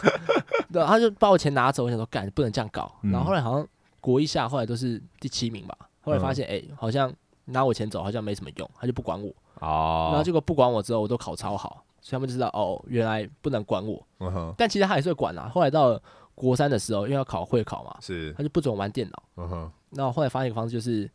[SPEAKER 1] 对，他就把我钱拿走，我想说干不能这样搞。然后后来好像国一下，后来都是第七名吧。后来发现哎、好像拿我钱走好像没什么用，他就不管我。然后
[SPEAKER 2] 哦，
[SPEAKER 1] 结果不管我之后，我都考超好，所以他们就知道哦，原来不能管我。
[SPEAKER 2] 嗯哼，
[SPEAKER 1] 但其实他还是会管啊啦、后来到了国三的时候，因为要考会考嘛，
[SPEAKER 2] 是，
[SPEAKER 1] 他就不准我玩电脑。
[SPEAKER 2] 嗯哼，
[SPEAKER 1] 那我后来发现一个方式，就是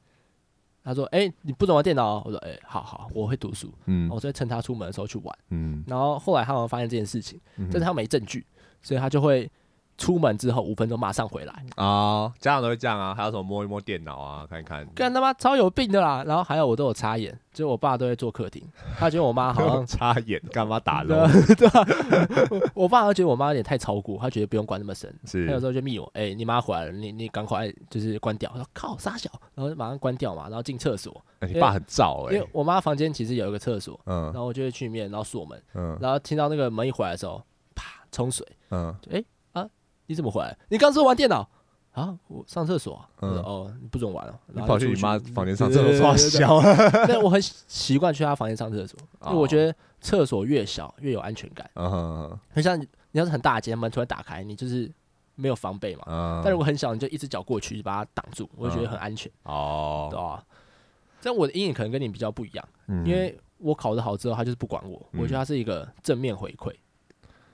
[SPEAKER 1] 他说：“哎、你不准玩电脑哦。”我说：“哎、好好，我会读书。”
[SPEAKER 2] 嗯
[SPEAKER 1] 我就会趁他出门的时候去玩。
[SPEAKER 2] 嗯，
[SPEAKER 1] 然后后来他好像发现这件事情，
[SPEAKER 2] 嗯
[SPEAKER 1] 但是他没证据，所以他就会出门之后五分钟马上回来，
[SPEAKER 2] 啊，家长都会这样啊，还有什么摸一摸电脑啊，看一看，
[SPEAKER 1] 干他妈超有病的啦！然后还有我都有插眼，就是我爸都会做客厅，他觉得我妈好像
[SPEAKER 2] 插眼干嘛打
[SPEAKER 1] 对
[SPEAKER 2] 人
[SPEAKER 1] 啊？对啊，我我爸好像觉得我妈有点太超过，他觉得不用管那么深。
[SPEAKER 2] 是
[SPEAKER 1] 他有时候就密我，哎、你妈回来了，你你赶快就是关掉。我说靠，傻小，然后就马上关掉嘛，然后进厕所，
[SPEAKER 2] 哎你爸很燥
[SPEAKER 1] 因
[SPEAKER 2] 哎
[SPEAKER 1] 为，我妈房间其实有一个厕所，然
[SPEAKER 2] 嗯
[SPEAKER 1] 后我就会去里面，然后锁门，
[SPEAKER 2] 嗯
[SPEAKER 1] 然后听到那个门一回来的时候，啪冲水，
[SPEAKER 2] 嗯，
[SPEAKER 1] 你怎么回来？你刚说玩电脑？啊，我上厕所啊，我说
[SPEAKER 2] 嗯
[SPEAKER 1] 哦，你不准玩了，
[SPEAKER 2] 你
[SPEAKER 1] 然后
[SPEAKER 2] 跑
[SPEAKER 1] 就
[SPEAKER 2] 去
[SPEAKER 1] 出
[SPEAKER 2] 你妈房间上
[SPEAKER 1] 对
[SPEAKER 2] 厕
[SPEAKER 1] 对对
[SPEAKER 2] 所刷
[SPEAKER 1] 对对
[SPEAKER 2] 小啊，
[SPEAKER 1] 但我很习惯去他房间上厕所，因为我
[SPEAKER 2] 哦
[SPEAKER 1] 觉得厕所越小越有安全感。
[SPEAKER 2] 嗯哼
[SPEAKER 1] 很像你你要是很大间门突然打开，你就是没有防备嘛。
[SPEAKER 2] 嗯，
[SPEAKER 1] 但如果很小，你就一只脚过去把它挡住，我就觉得很安全，对
[SPEAKER 2] 哦，
[SPEAKER 1] 吧、但我的阴影可能跟你比较不一样，
[SPEAKER 2] 嗯
[SPEAKER 1] 因为我考得好之后，他就是不管我，我觉得他是一个正面回馈。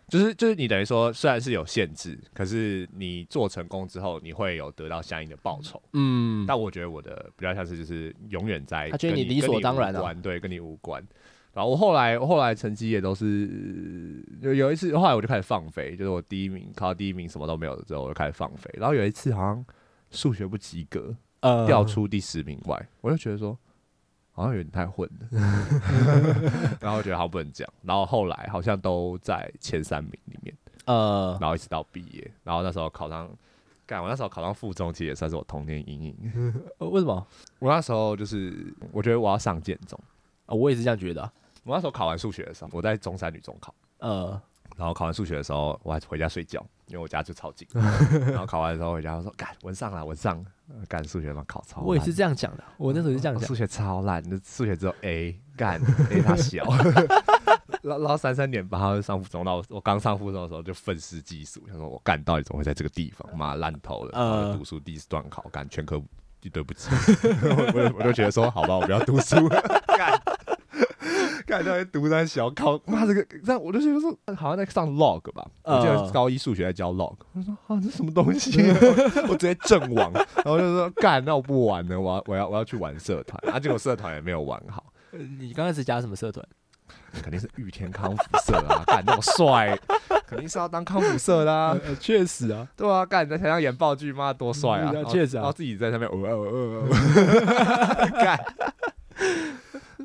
[SPEAKER 2] 就是就是你等于说，虽然是有限制，可是你做成功之后，你会有得到相应的报酬。
[SPEAKER 1] 嗯，
[SPEAKER 2] 但我觉得我的比较像是就是永远在跟你，
[SPEAKER 1] 他觉得你
[SPEAKER 2] 你
[SPEAKER 1] 理所当然啊
[SPEAKER 2] 跟你无关对，跟你无关。然后我后来我后来成绩也都是有有一次，后来我就开始放飞，就是我第一名考到第一名什么都没有之后，我就开始放飞。然后有一次好像数学不及格，
[SPEAKER 1] 呃
[SPEAKER 2] 掉出第十名外，我就觉得说好像有点太混 了， 然后我觉得好像不能讲。然后后来好像都在前三名里面。
[SPEAKER 1] 呃，
[SPEAKER 2] 然后一直到毕业，然后那时候考上，干我那时候考上附中，其实也算是我童年阴影。
[SPEAKER 1] 呃为什么、
[SPEAKER 2] 我那时候就是，我觉得我要上建中。
[SPEAKER 1] 啊我也是这样觉得啊、
[SPEAKER 2] 我那时候考完数学的时候，我在中山女中考，
[SPEAKER 1] 呃，
[SPEAKER 2] 然后考完数学的时候，我还回家睡觉，因为我家就超 近。然后考完的时候回家，我说干文上了，文上，呃干数学嘛考超烂，
[SPEAKER 1] 我也是这样讲的，我那时候是这样
[SPEAKER 2] 我
[SPEAKER 1] 讲
[SPEAKER 2] 数。学超烂，那数学只有 A，干 A 他小。 然后然后三三年八他就上附中，然后我我刚上附中的时候就愤世嫉俗，想说我干到底怎么会在这个地方，妈烂透了，然后
[SPEAKER 1] 呃
[SPEAKER 2] 就读书第一次断考，干全科一堆不及， 我我我就觉得说好吧，我不要读书了，干。 干到底读三小考，妈这个，但我就觉得说呃好像在上 log 吧，我记
[SPEAKER 1] 呃
[SPEAKER 2] 得高一数学在教 log，我说啊这什么东西， 我我直接阵亡，然后就说干，那我不玩了，我要我要我要去玩社团，啊，结果社团也没有玩好，
[SPEAKER 1] 呃你刚开始加什么社团？
[SPEAKER 2] 肯定是御天康复社啊，干那么帅，肯定是要当康复社啦、
[SPEAKER 1] 呃确实啊，
[SPEAKER 2] 对啊，干你在台上演爆剧，妈多帅啊
[SPEAKER 1] 嗯！
[SPEAKER 2] 然后
[SPEAKER 1] 确实啊
[SPEAKER 2] 然后自己在上面，哦哦哦哦， 干，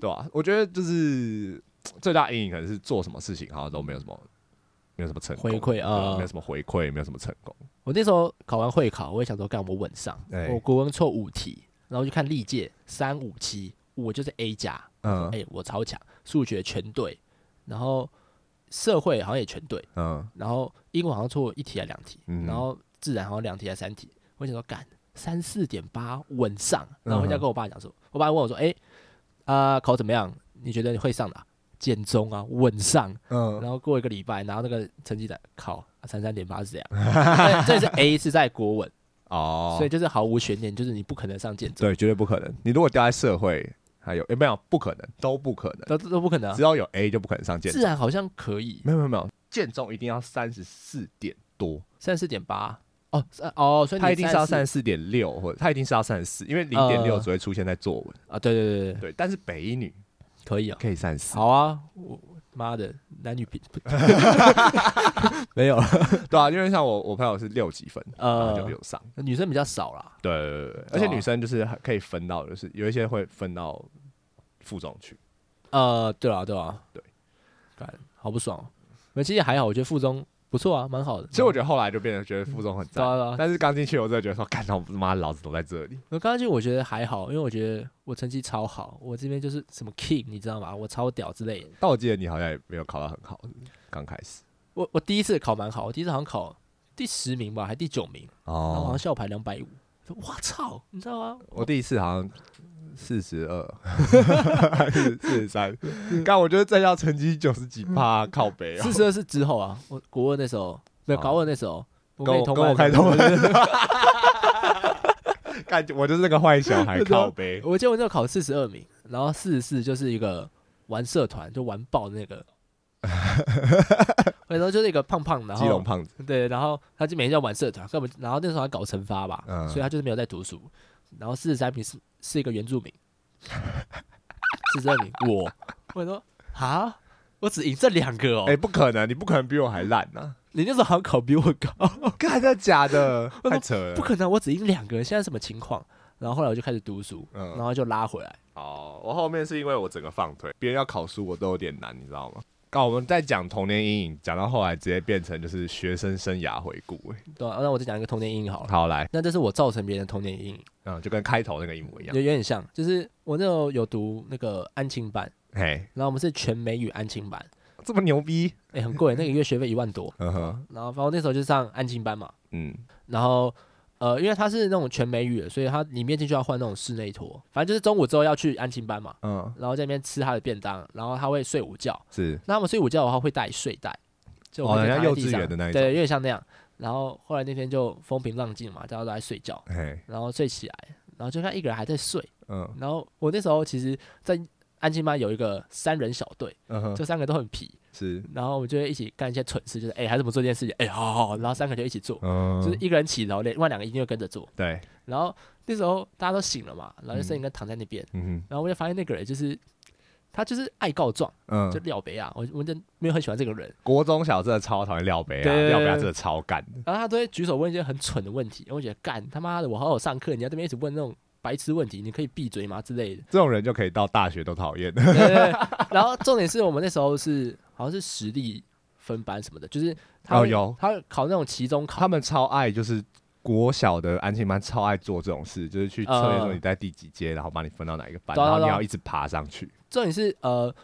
[SPEAKER 2] 对啊，我觉得就是最大阴影可能是做什么事情好像都没有什么，没有什么成功
[SPEAKER 1] 回馈啊
[SPEAKER 2] 呃对没有什么回馈，没有什么成功，
[SPEAKER 1] 我那时候考完会考，我也想说，干我稳上，
[SPEAKER 2] 哎
[SPEAKER 1] 我国文错五题，然后就看历届三五七，我就是 A 加，
[SPEAKER 2] 嗯
[SPEAKER 1] 哎、我超强，数学全对，然后社会好像也全对，
[SPEAKER 2] 嗯，
[SPEAKER 1] 然后英文好像错一题还两题，
[SPEAKER 2] 嗯
[SPEAKER 1] 然后自然好像两题还三题，我想说干三四点八稳上，然后回家
[SPEAKER 2] 嗯哼
[SPEAKER 1] 跟我爸讲说，我爸问我说，哎、啊、考怎么样？你觉得你会上哪？简中啊，稳上，
[SPEAKER 2] 嗯
[SPEAKER 1] 然后过一个礼拜，然后那个成绩单考三三点八是这 样，这这是 A 是在国文，
[SPEAKER 2] 哦，
[SPEAKER 1] 所以就是毫无悬念，就是你不可能上建中，
[SPEAKER 2] 对，绝对不可能。你如果掉在社会，还有诶，没有不可能，都不可能。
[SPEAKER 1] 都都不可能啊、啊
[SPEAKER 2] 只要有 A 就不可能上建
[SPEAKER 1] 自
[SPEAKER 2] 中，
[SPEAKER 1] 然好像可以，
[SPEAKER 2] 没有没有没有，建中一定要三十四点多，
[SPEAKER 1] 三四点八哦三哦，所以你
[SPEAKER 2] 他一定是要
[SPEAKER 1] 34
[SPEAKER 2] 三十四点六，或者他一定是要三十四，因为零点六
[SPEAKER 1] 呃
[SPEAKER 2] 只会出现在作文。
[SPEAKER 1] 啊，对对对对，
[SPEAKER 2] 对，但是北一女
[SPEAKER 1] 可以啊，
[SPEAKER 2] 可以三十四，
[SPEAKER 1] 好啊，我妈的男女比没有了，
[SPEAKER 2] 对啊，因为像我我朋友是六几分，然后就
[SPEAKER 1] 呃，
[SPEAKER 2] 有上。
[SPEAKER 1] 女生比较少啦，
[SPEAKER 2] 对对对对，而且
[SPEAKER 1] 啊
[SPEAKER 2] 女生就是还可以分到，就是有一些会分到附中去。
[SPEAKER 1] 呃，对啊对啊，
[SPEAKER 2] 对，
[SPEAKER 1] 干好不爽哦，那其实还好，我觉得附中不错啊，蛮好的。
[SPEAKER 2] 其实我觉得后来就变得觉得附中很
[SPEAKER 1] 对
[SPEAKER 2] 赞，
[SPEAKER 1] 啊对啊，
[SPEAKER 2] 但是刚进去我真的觉得说，干，他妈老子都在这里。
[SPEAKER 1] 我刚刚就我觉得还好，因为我觉得我成绩超好，我这边就是什么 king 你知道吗？我超屌之类的。
[SPEAKER 2] 但我记得你好像也没有考到很好，是不是刚开始。
[SPEAKER 1] 我我第一次考蛮好，我第一次好像考第十名吧，还第九名，
[SPEAKER 2] 哦
[SPEAKER 1] 然后好像，校排两百五。我操，你知道吗？
[SPEAKER 2] 我第一次好像四十二， 四十三，但我觉得在校成绩九十几趴，靠北哦
[SPEAKER 1] 嗯四。十二是之后啊，我国二那时候没有
[SPEAKER 2] 哦
[SPEAKER 1] 高二那时候，我
[SPEAKER 2] 跟
[SPEAKER 1] 跟你
[SPEAKER 2] 我
[SPEAKER 1] 同
[SPEAKER 2] 跟我
[SPEAKER 1] 班的
[SPEAKER 2] 开
[SPEAKER 1] 时候
[SPEAKER 2] 同， 感觉我就是那个坏小 孩，靠北。
[SPEAKER 1] 我记得我那时候考四十二名，然后四十四就是一个玩社团就玩爆那 个，然后就是一个胖胖，然
[SPEAKER 2] 基隆
[SPEAKER 1] 后
[SPEAKER 2] 胖子，
[SPEAKER 1] 对，然后他就每天要玩社团，根本然后那时候还搞惩罚吧，
[SPEAKER 2] 嗯
[SPEAKER 1] 所以他就是没有在读书。然后四十三名是是一个原住 民，四十二名我，我说啊，我只赢这两个哦，
[SPEAKER 2] 哎，不可能，你不可能比我还烂呐！
[SPEAKER 1] 你那时候好像考比我高。
[SPEAKER 2] 干真的假 的？
[SPEAKER 1] 我说
[SPEAKER 2] 太扯
[SPEAKER 1] 不
[SPEAKER 2] 了。
[SPEAKER 1] 可能，我只赢两个，现在什么情况？然后后来我就开始读书，
[SPEAKER 2] 嗯
[SPEAKER 1] 然后就拉回来。
[SPEAKER 2] 哦，我后面是因为我整个放腿，别人要考书我都有点难，你知道吗？刚我们在讲童年阴影，讲到后来直接变成就是学生生涯回顾。哎
[SPEAKER 1] 对、啊，那我再讲一个童年阴影好了。
[SPEAKER 2] 好来，
[SPEAKER 1] 那这是我造成别人的童年阴影，
[SPEAKER 2] 嗯，就跟开头那个一模一
[SPEAKER 1] 有
[SPEAKER 2] 样
[SPEAKER 1] 有。点像，就是我那时候有读那个安庆班，
[SPEAKER 2] 嘿，
[SPEAKER 1] 然后我们是全美语安庆班，
[SPEAKER 2] 这么牛逼？
[SPEAKER 1] 哎、 很贵，那个月学费一万多。
[SPEAKER 2] 嗯哼，
[SPEAKER 1] 然后反正我那时候就上安庆班嘛，
[SPEAKER 2] 嗯，
[SPEAKER 1] 然后呃，因为它是那种全美语的，所以它里面进去要换那种室内拖。反正就是中午之后要去安亲班嘛，
[SPEAKER 2] 嗯，
[SPEAKER 1] 然后在那边吃他的便当，然后他会睡午觉。
[SPEAKER 2] 是
[SPEAKER 1] 那他们睡午觉的话会带睡袋，就我
[SPEAKER 2] 哦，
[SPEAKER 1] 们可以
[SPEAKER 2] 人
[SPEAKER 1] 躺
[SPEAKER 2] 家
[SPEAKER 1] 在
[SPEAKER 2] 幼
[SPEAKER 1] 地
[SPEAKER 2] 稚
[SPEAKER 1] 上
[SPEAKER 2] 园的那一
[SPEAKER 1] 对，有
[SPEAKER 2] 种，
[SPEAKER 1] 点像那样。然后后来那天就风平浪静嘛，大家都在睡觉，
[SPEAKER 2] 嘿，
[SPEAKER 1] 然后睡起来，然后就看一个人还在睡。
[SPEAKER 2] 嗯
[SPEAKER 1] 然后我那时候其实，在安亲班有一个三人小队，
[SPEAKER 2] 嗯哼，
[SPEAKER 1] 这三个都很皮，
[SPEAKER 2] 是，
[SPEAKER 1] 然后我们就会一起干一些蠢事，就是哎、还是我们做这件事情，哎、好好好，然后三个就一起做，
[SPEAKER 2] 嗯，
[SPEAKER 1] 就是一个人起头，另外两个一定会跟着做。
[SPEAKER 2] 对，
[SPEAKER 1] 然后那时候大家都醒了嘛，然后就剩一个人躺在那边，
[SPEAKER 2] 嗯
[SPEAKER 1] 然后我就发现那个人就是他就是爱告状，
[SPEAKER 2] 哼，
[SPEAKER 1] 就
[SPEAKER 2] 嗯，
[SPEAKER 1] 廖北啊，我我就没有很喜欢这个人，
[SPEAKER 2] 国中小真的超讨厌廖北啊，
[SPEAKER 1] 对
[SPEAKER 2] 廖北啊真的超干的，
[SPEAKER 1] 然后他都会举手问一些很蠢的问题，然后我觉得干他妈的，我好好上课，你要这边一直问那种白痴问题，你可以闭嘴吗之类 的。
[SPEAKER 2] 这种人就可以到大学都讨厌，
[SPEAKER 1] 对对对。然后重点是我们那时候是好像是实力分班什么的，就是他
[SPEAKER 2] 哦
[SPEAKER 1] 会
[SPEAKER 2] 有
[SPEAKER 1] 他会考那种期中考，
[SPEAKER 2] 他们超爱就是。国小的安亲班超爱做这种事，就是去测验说
[SPEAKER 1] 嗯
[SPEAKER 2] 你在第几阶，然后把你分到哪一个班，
[SPEAKER 1] 对啊
[SPEAKER 2] 然后你
[SPEAKER 1] 对啊
[SPEAKER 2] 要一直爬上去。
[SPEAKER 1] 重点是呃，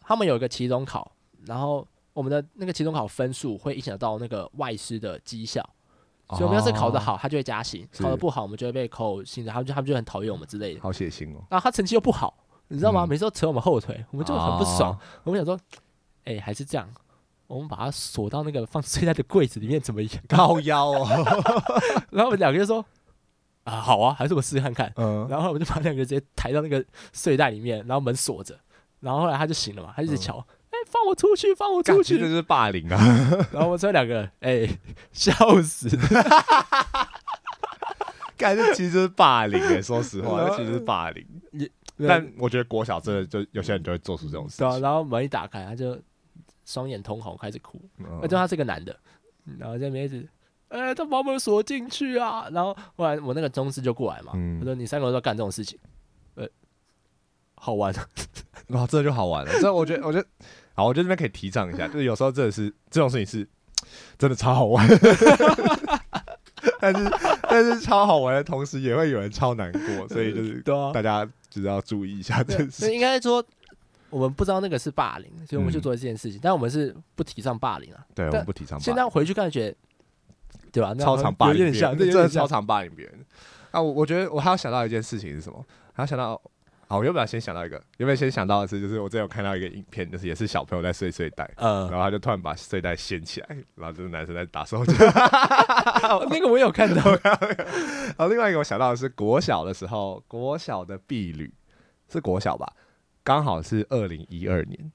[SPEAKER 1] 他们有一个期中考，然后我们的那个期中考分数会影响到那个外师的绩效，所以我们要是考得
[SPEAKER 2] 哦，
[SPEAKER 1] 好，他就会加薪；
[SPEAKER 2] 是
[SPEAKER 1] 考得不好，我们就会被扣薪水，他们就他们就很讨厌我们之类的。
[SPEAKER 2] 好血腥哦，
[SPEAKER 1] 然后他成绩又不好，你知道吗？
[SPEAKER 2] 嗯
[SPEAKER 1] 每次都扯我们后腿，我们就很不爽
[SPEAKER 2] 哦。
[SPEAKER 1] 我们想说，哎、还是这样，我们把它锁到那个放睡袋的柜子里面怎么样？
[SPEAKER 2] 高腰哦，
[SPEAKER 1] 然后我们两个就说，啊，好啊，还是我试试看看。
[SPEAKER 2] 嗯，
[SPEAKER 1] 然后我们就把两个直接抬到那个睡袋里面，然后门锁着。然后后来他就醒了嘛，他就一直敲，哎、放我出去，放我
[SPEAKER 2] 嗯感
[SPEAKER 1] 出
[SPEAKER 2] 觉
[SPEAKER 1] 去
[SPEAKER 2] 这。就是霸凌啊！
[SPEAKER 1] 然后我们这两个，哎、笑死。
[SPEAKER 2] 感这其实就是霸凌哎、说实 话，
[SPEAKER 1] 然后
[SPEAKER 2] 这其实是霸凌。
[SPEAKER 1] 对
[SPEAKER 2] 但我觉得国小真的就有些人就会做出这种事
[SPEAKER 1] 啊，
[SPEAKER 2] 情。
[SPEAKER 1] 然后门一打开，他就双眼通红，开始哭。
[SPEAKER 2] 嗯
[SPEAKER 1] 而且他是个男的，然后在那边一直，哎、他把我们锁进去啊！然后后来我那个中师就过来嘛，
[SPEAKER 2] 嗯
[SPEAKER 1] 他说你三个都要干这种事情，呃，好玩，
[SPEAKER 2] 然后这就好玩了。这我觉得，我觉得，好，我觉得这边可以提倡一下，就是有时候真的是这种事情是真的超 好玩，但是但是超好玩的同时，也会有人超难过，所以就是
[SPEAKER 1] 对啊，
[SPEAKER 2] 大家就是要注意一下这
[SPEAKER 1] 对
[SPEAKER 2] 件
[SPEAKER 1] 所以
[SPEAKER 2] 事。
[SPEAKER 1] 应该说我们不知道那个是霸凌，所以我们去
[SPEAKER 2] 嗯
[SPEAKER 1] 做这件事情，但我们是不提倡霸凌啊。
[SPEAKER 2] 对，我们不提倡
[SPEAKER 1] 现
[SPEAKER 2] 霸
[SPEAKER 1] 在
[SPEAKER 2] 凌，
[SPEAKER 1] 回去看觉得，对吧？那
[SPEAKER 2] 超常霸
[SPEAKER 1] 有
[SPEAKER 2] 凌
[SPEAKER 1] 点
[SPEAKER 2] 别
[SPEAKER 1] 像，
[SPEAKER 2] 人，
[SPEAKER 1] 这有
[SPEAKER 2] 真的
[SPEAKER 1] 点
[SPEAKER 2] 超
[SPEAKER 1] 像，
[SPEAKER 2] 常霸凌别人。啊，我我觉得我还要想到一件事情是什么？还要想到。好，我原本要先想到一个，原本先想到的是，就是我之前有看到一个影片，就是也是小朋友在睡睡袋，
[SPEAKER 1] 呃
[SPEAKER 2] 然，后他就突然把睡袋掀起来，然后这个男生在打手 枪。
[SPEAKER 1] 啊那个我有 看到，
[SPEAKER 2] 然后另外一个我想到的是国小的时候，国小的婢女是国小吧，刚好是二零一二年，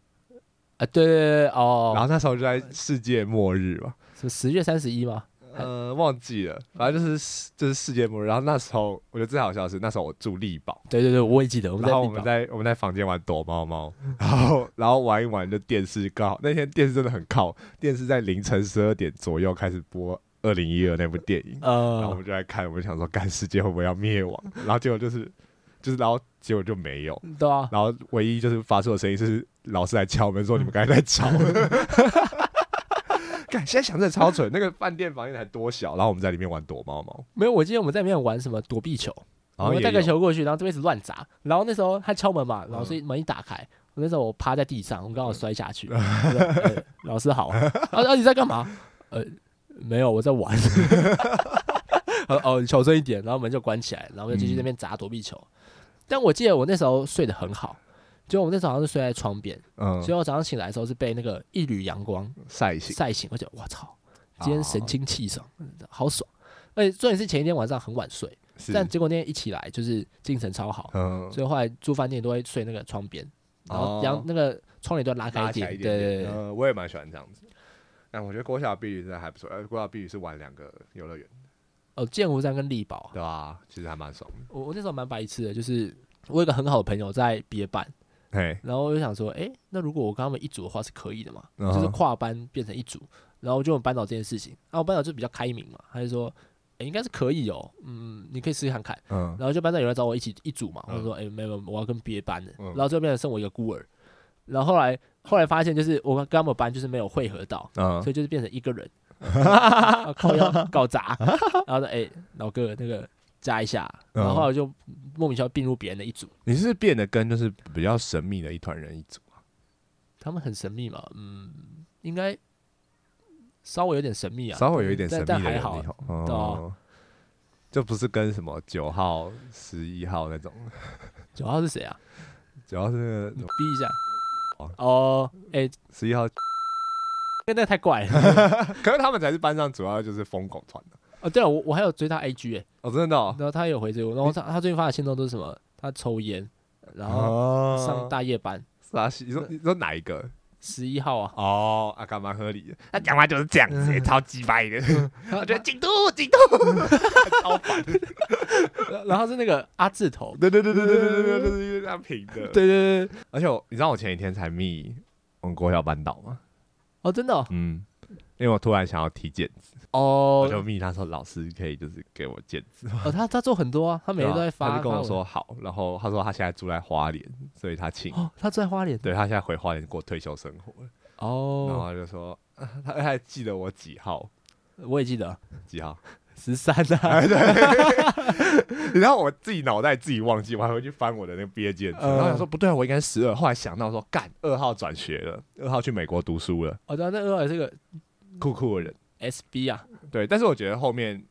[SPEAKER 1] 啊，对对对
[SPEAKER 2] 然
[SPEAKER 1] 哦，
[SPEAKER 2] 后那时候就在世界末日嘛，
[SPEAKER 1] 什么十月三十一吗？
[SPEAKER 2] 呃，忘记了，反正就是就是世界末日。然后那时候我觉得最好笑的是，那时候我住力宝。
[SPEAKER 1] 对对对，我也记得，我们在
[SPEAKER 2] 然后
[SPEAKER 1] 地
[SPEAKER 2] 我们
[SPEAKER 1] 堡
[SPEAKER 2] 在我们在房间玩躲猫猫，然后然后玩一玩，就电视刚好那天电视真的很靠，电视在凌晨十二点左右开始播二零一二那部电影，然后我
[SPEAKER 1] 呃
[SPEAKER 2] 们就来看，我们想说，干世界会不会要灭亡？然后结果就是，就是然后结果就没有，
[SPEAKER 1] 对啊，
[SPEAKER 2] 然后唯一就是发出的声音是老师来敲门说
[SPEAKER 1] 嗯
[SPEAKER 2] 你们刚才 在吵。 干，现在想真的超蠢，那个饭店房间才多小，然后我们在里面玩躲猫猫，
[SPEAKER 1] 没有，我记得我们在里面玩什么躲避球，
[SPEAKER 2] 然
[SPEAKER 1] 我
[SPEAKER 2] 后
[SPEAKER 1] 们
[SPEAKER 2] 也
[SPEAKER 1] 带个
[SPEAKER 2] 哦有
[SPEAKER 1] 球过去，然后这边一直乱砸。然后那时候他敲门嘛，老
[SPEAKER 2] 嗯
[SPEAKER 1] 师一门一打开，我那时候我趴在地上，我刚好摔 下去。我说呃老师好，啊啊你在干嘛？呃，没有，我在玩。 他说哦，你小声一点，然后门就关起来，然后我
[SPEAKER 2] 嗯
[SPEAKER 1] 就继续那边砸躲避球。但我记得我那时候睡得很好，就我们那时候好像是睡在窗边，
[SPEAKER 2] 嗯
[SPEAKER 1] 所以我早上醒来的时候是被那个一缕阳光
[SPEAKER 2] 晒醒，
[SPEAKER 1] 晒醒，我觉得我操，今天神
[SPEAKER 2] 哦
[SPEAKER 1] 清气爽，好爽。而且重点是前一天晚上很晚睡，
[SPEAKER 2] 是
[SPEAKER 1] 但结果那天一起来就是精神超好，
[SPEAKER 2] 嗯
[SPEAKER 1] 所以后来住饭店都会睡那个窗边，然后
[SPEAKER 2] 哦
[SPEAKER 1] 阳那个窗帘都拉开
[SPEAKER 2] 拉
[SPEAKER 1] 一
[SPEAKER 2] 起来
[SPEAKER 1] 点，
[SPEAKER 2] 一
[SPEAKER 1] 对对对
[SPEAKER 2] 点，
[SPEAKER 1] 对，
[SPEAKER 2] 呃，我也蛮喜欢这样子。但我觉得国小避雨真的还不错，呃，国小避雨是玩两个游乐园，
[SPEAKER 1] 哦，剑湖山跟力宝，
[SPEAKER 2] 对吧？其实还蛮爽
[SPEAKER 1] 我我那时候蛮白痴的，就是我有一个很好的朋友在别班，
[SPEAKER 2] 的。嘿，
[SPEAKER 1] 然后我就想说，诶，那如果我跟他们一组的话是可以的嘛，
[SPEAKER 2] 嗯
[SPEAKER 1] 就是跨班变成一组，然后我就问班长这件事情，然后班长就比较开明嘛，他就说，诶，应该是可以哦，嗯，你可以试试看看。
[SPEAKER 2] 嗯，
[SPEAKER 1] 然后就班长有来找我一起一组嘛，
[SPEAKER 2] 嗯
[SPEAKER 1] 我就说哎、没有，没有我要跟别班的，
[SPEAKER 2] 嗯
[SPEAKER 1] 然后最后变成剩我一个孤儿。然后后来后来发现就是我跟他们班就是没有汇合到，
[SPEAKER 2] 嗯
[SPEAKER 1] 所以就是变成一 个人，靠要搞砸，然后说哎、老哥那个加一下，
[SPEAKER 2] 嗯
[SPEAKER 1] 然后后来我就莫名其妙并入别人的一组，
[SPEAKER 2] 你是变得跟就是比较神秘的一团人一组啊
[SPEAKER 1] 他们很神秘嘛，嗯，应该稍微有点神秘啊，
[SPEAKER 2] 稍微有一点
[SPEAKER 1] 但
[SPEAKER 2] 神秘
[SPEAKER 1] 但
[SPEAKER 2] 的
[SPEAKER 1] 还
[SPEAKER 2] 人
[SPEAKER 1] 好啊
[SPEAKER 2] 一，头
[SPEAKER 1] 对啊
[SPEAKER 2] 哦。就不是跟什么九号、十一号那种，
[SPEAKER 1] 九号是谁啊？
[SPEAKER 2] 主要是
[SPEAKER 1] 你逼一下
[SPEAKER 2] 哦。
[SPEAKER 1] 哦，哎、
[SPEAKER 2] 十一号，
[SPEAKER 1] 那那太怪了。
[SPEAKER 2] 可是他们才是班上主要就是疯狗团的。
[SPEAKER 1] 哦，对了，我我还有追他 IG 哎、
[SPEAKER 2] 哦，真的哦，
[SPEAKER 1] 然后他也有回追我，然后他他最近发的现状都是什么？他抽烟，然后
[SPEAKER 2] 后
[SPEAKER 1] 哦上大夜班，
[SPEAKER 2] 啥哦戏？你说你说哪一个？
[SPEAKER 1] 十一号 啊，
[SPEAKER 2] 哦，阿干蛮合理的，他讲话就是这样
[SPEAKER 1] 嗯
[SPEAKER 2] 子，超鸡 掰的。我觉得京都，京都，超烦。
[SPEAKER 1] 然后是那个阿字头，
[SPEAKER 2] 对对对对对对对对对，他平的。对，
[SPEAKER 1] 对对对对，
[SPEAKER 2] 而且我你知道我前几天才密我们国小班导吗？
[SPEAKER 1] 哦，真的哦，
[SPEAKER 2] 嗯，因为我突然想要踢毽子，我就
[SPEAKER 1] 哦，
[SPEAKER 2] 密他说老师可以就是给我毽子，
[SPEAKER 1] 哦他他做很多啊，他每天都在发，
[SPEAKER 2] 他就跟我
[SPEAKER 1] 发
[SPEAKER 2] 说好，然后他说他现在住在花莲，所以他请。
[SPEAKER 1] 文，哦，他住在花莲，
[SPEAKER 2] 对他现在回花莲过退休生活了，然后
[SPEAKER 1] 哦，
[SPEAKER 2] 他就说， 啊他他还记得我几号
[SPEAKER 1] 我也记得
[SPEAKER 2] 几号，
[SPEAKER 1] 十三
[SPEAKER 2] 哎
[SPEAKER 1] 啊，
[SPEAKER 2] 然后我自己脑袋自己忘记，我还回去翻我的那个毕业纪念册，
[SPEAKER 1] 嗯
[SPEAKER 2] 然后想说不对啊，我应该十二。后来想到说，干二号转学了，二号去美国读书了，
[SPEAKER 1] 哦，对啊，那二号也是个
[SPEAKER 2] 酷酷的人。
[SPEAKER 1] SB 啊，
[SPEAKER 2] 对，但是我觉得后面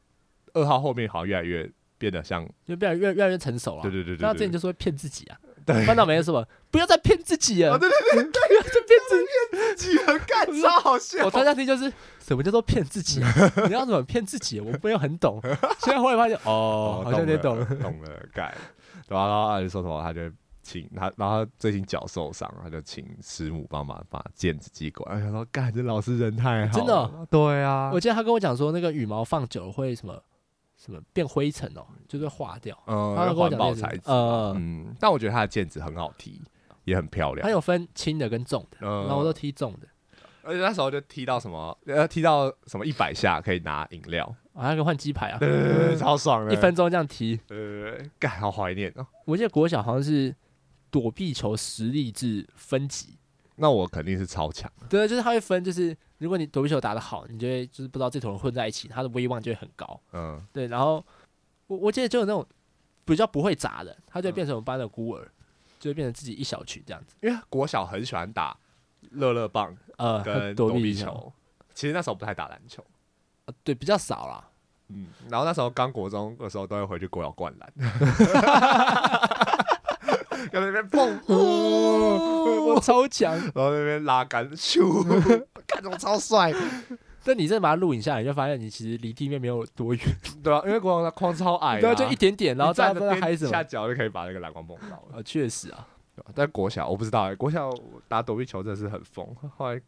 [SPEAKER 2] 二号后面好像越来越变得像，
[SPEAKER 1] 就变得越越来越成熟了，啊
[SPEAKER 2] 对对对对
[SPEAKER 1] 那他之
[SPEAKER 2] 对
[SPEAKER 1] 前就
[SPEAKER 2] 对，
[SPEAKER 1] 是会骗自己啊，
[SPEAKER 2] 对
[SPEAKER 1] 班导没什么，不要再骗自己了，
[SPEAKER 2] 哦对
[SPEAKER 1] 对 对，不要再骗自己。
[SPEAKER 2] 几个干超好 笑
[SPEAKER 1] 我当下听就是什么叫做骗自己啊？你要怎么骗自己？我没有很懂。现在后来发现，哦，好像有点懂
[SPEAKER 2] 了。懂了，干。啊然后然后他就说什么，他就请他，然后他最近脚受伤，他就请师母帮忙把毽子寄过来。他说，干，这老师人太好了，
[SPEAKER 1] 真的哦
[SPEAKER 2] 对 啊
[SPEAKER 1] 我，记得他跟我讲说，那个羽毛放久了会什么什么变灰尘哦，就是会化掉。
[SPEAKER 2] 嗯，
[SPEAKER 1] 他跟我
[SPEAKER 2] 环
[SPEAKER 1] 讲
[SPEAKER 2] 保
[SPEAKER 1] 这件
[SPEAKER 2] 材
[SPEAKER 1] 事
[SPEAKER 2] 质，
[SPEAKER 1] 呃，
[SPEAKER 2] 嗯，但我觉得他的毽子很好踢，也很漂亮。
[SPEAKER 1] 他有分轻的跟重的，
[SPEAKER 2] 嗯
[SPEAKER 1] 然后我都踢重的。
[SPEAKER 2] 而且那时候就踢到什么，呃，踢到什么一百下可以拿饮料，嗯
[SPEAKER 1] 啊，他可以换鸡排啊，
[SPEAKER 2] 对对对，超爽的，
[SPEAKER 1] 一分钟这样踢。
[SPEAKER 2] 对，对对对，呃干，好怀念哦。
[SPEAKER 1] 我记得国小好像是躲避球实力制分级，
[SPEAKER 2] 那我肯定是超强，
[SPEAKER 1] 对，就是他会分，就是如果你躲避球打得好，你就会就是不知道这坨人混在一起，他的威望就会很高。
[SPEAKER 2] 嗯，
[SPEAKER 1] 对，然后我我记得就有那种比较不会砸的，他就变
[SPEAKER 2] 嗯
[SPEAKER 1] 成我们班的孤儿，就会变成自己一小群这样子。
[SPEAKER 2] 因为国小很喜欢打乐乐棒
[SPEAKER 1] 呃，
[SPEAKER 2] 跟
[SPEAKER 1] 躲
[SPEAKER 2] 躲
[SPEAKER 1] 避
[SPEAKER 2] 避球，其实那时候不太打篮球，
[SPEAKER 1] 呃对，比较少啦。
[SPEAKER 2] 嗯，然后那时候刚国中的时候都会回去国小灌篮， 要在那 边蹦，呃
[SPEAKER 1] 我我超强，
[SPEAKER 2] 然后在那边拉杆， 咻，看我超帅，
[SPEAKER 1] 但你真的把它录影下来，你就发现你其实离地面没有多远，
[SPEAKER 2] 对啊，因为国小的框超矮的
[SPEAKER 1] 对
[SPEAKER 2] 啊、
[SPEAKER 1] 啊，就一点点，然后
[SPEAKER 2] 你
[SPEAKER 1] 大家
[SPEAKER 2] 站
[SPEAKER 1] 都在
[SPEAKER 2] 的
[SPEAKER 1] 嗨什
[SPEAKER 2] 下
[SPEAKER 1] 么？
[SPEAKER 2] 脚就可以把那个篮筐蹦到了。
[SPEAKER 1] 呃，确实啊，
[SPEAKER 2] 对吧但国小我不知道、欸，国小我打躲避球真的是很疯。后来，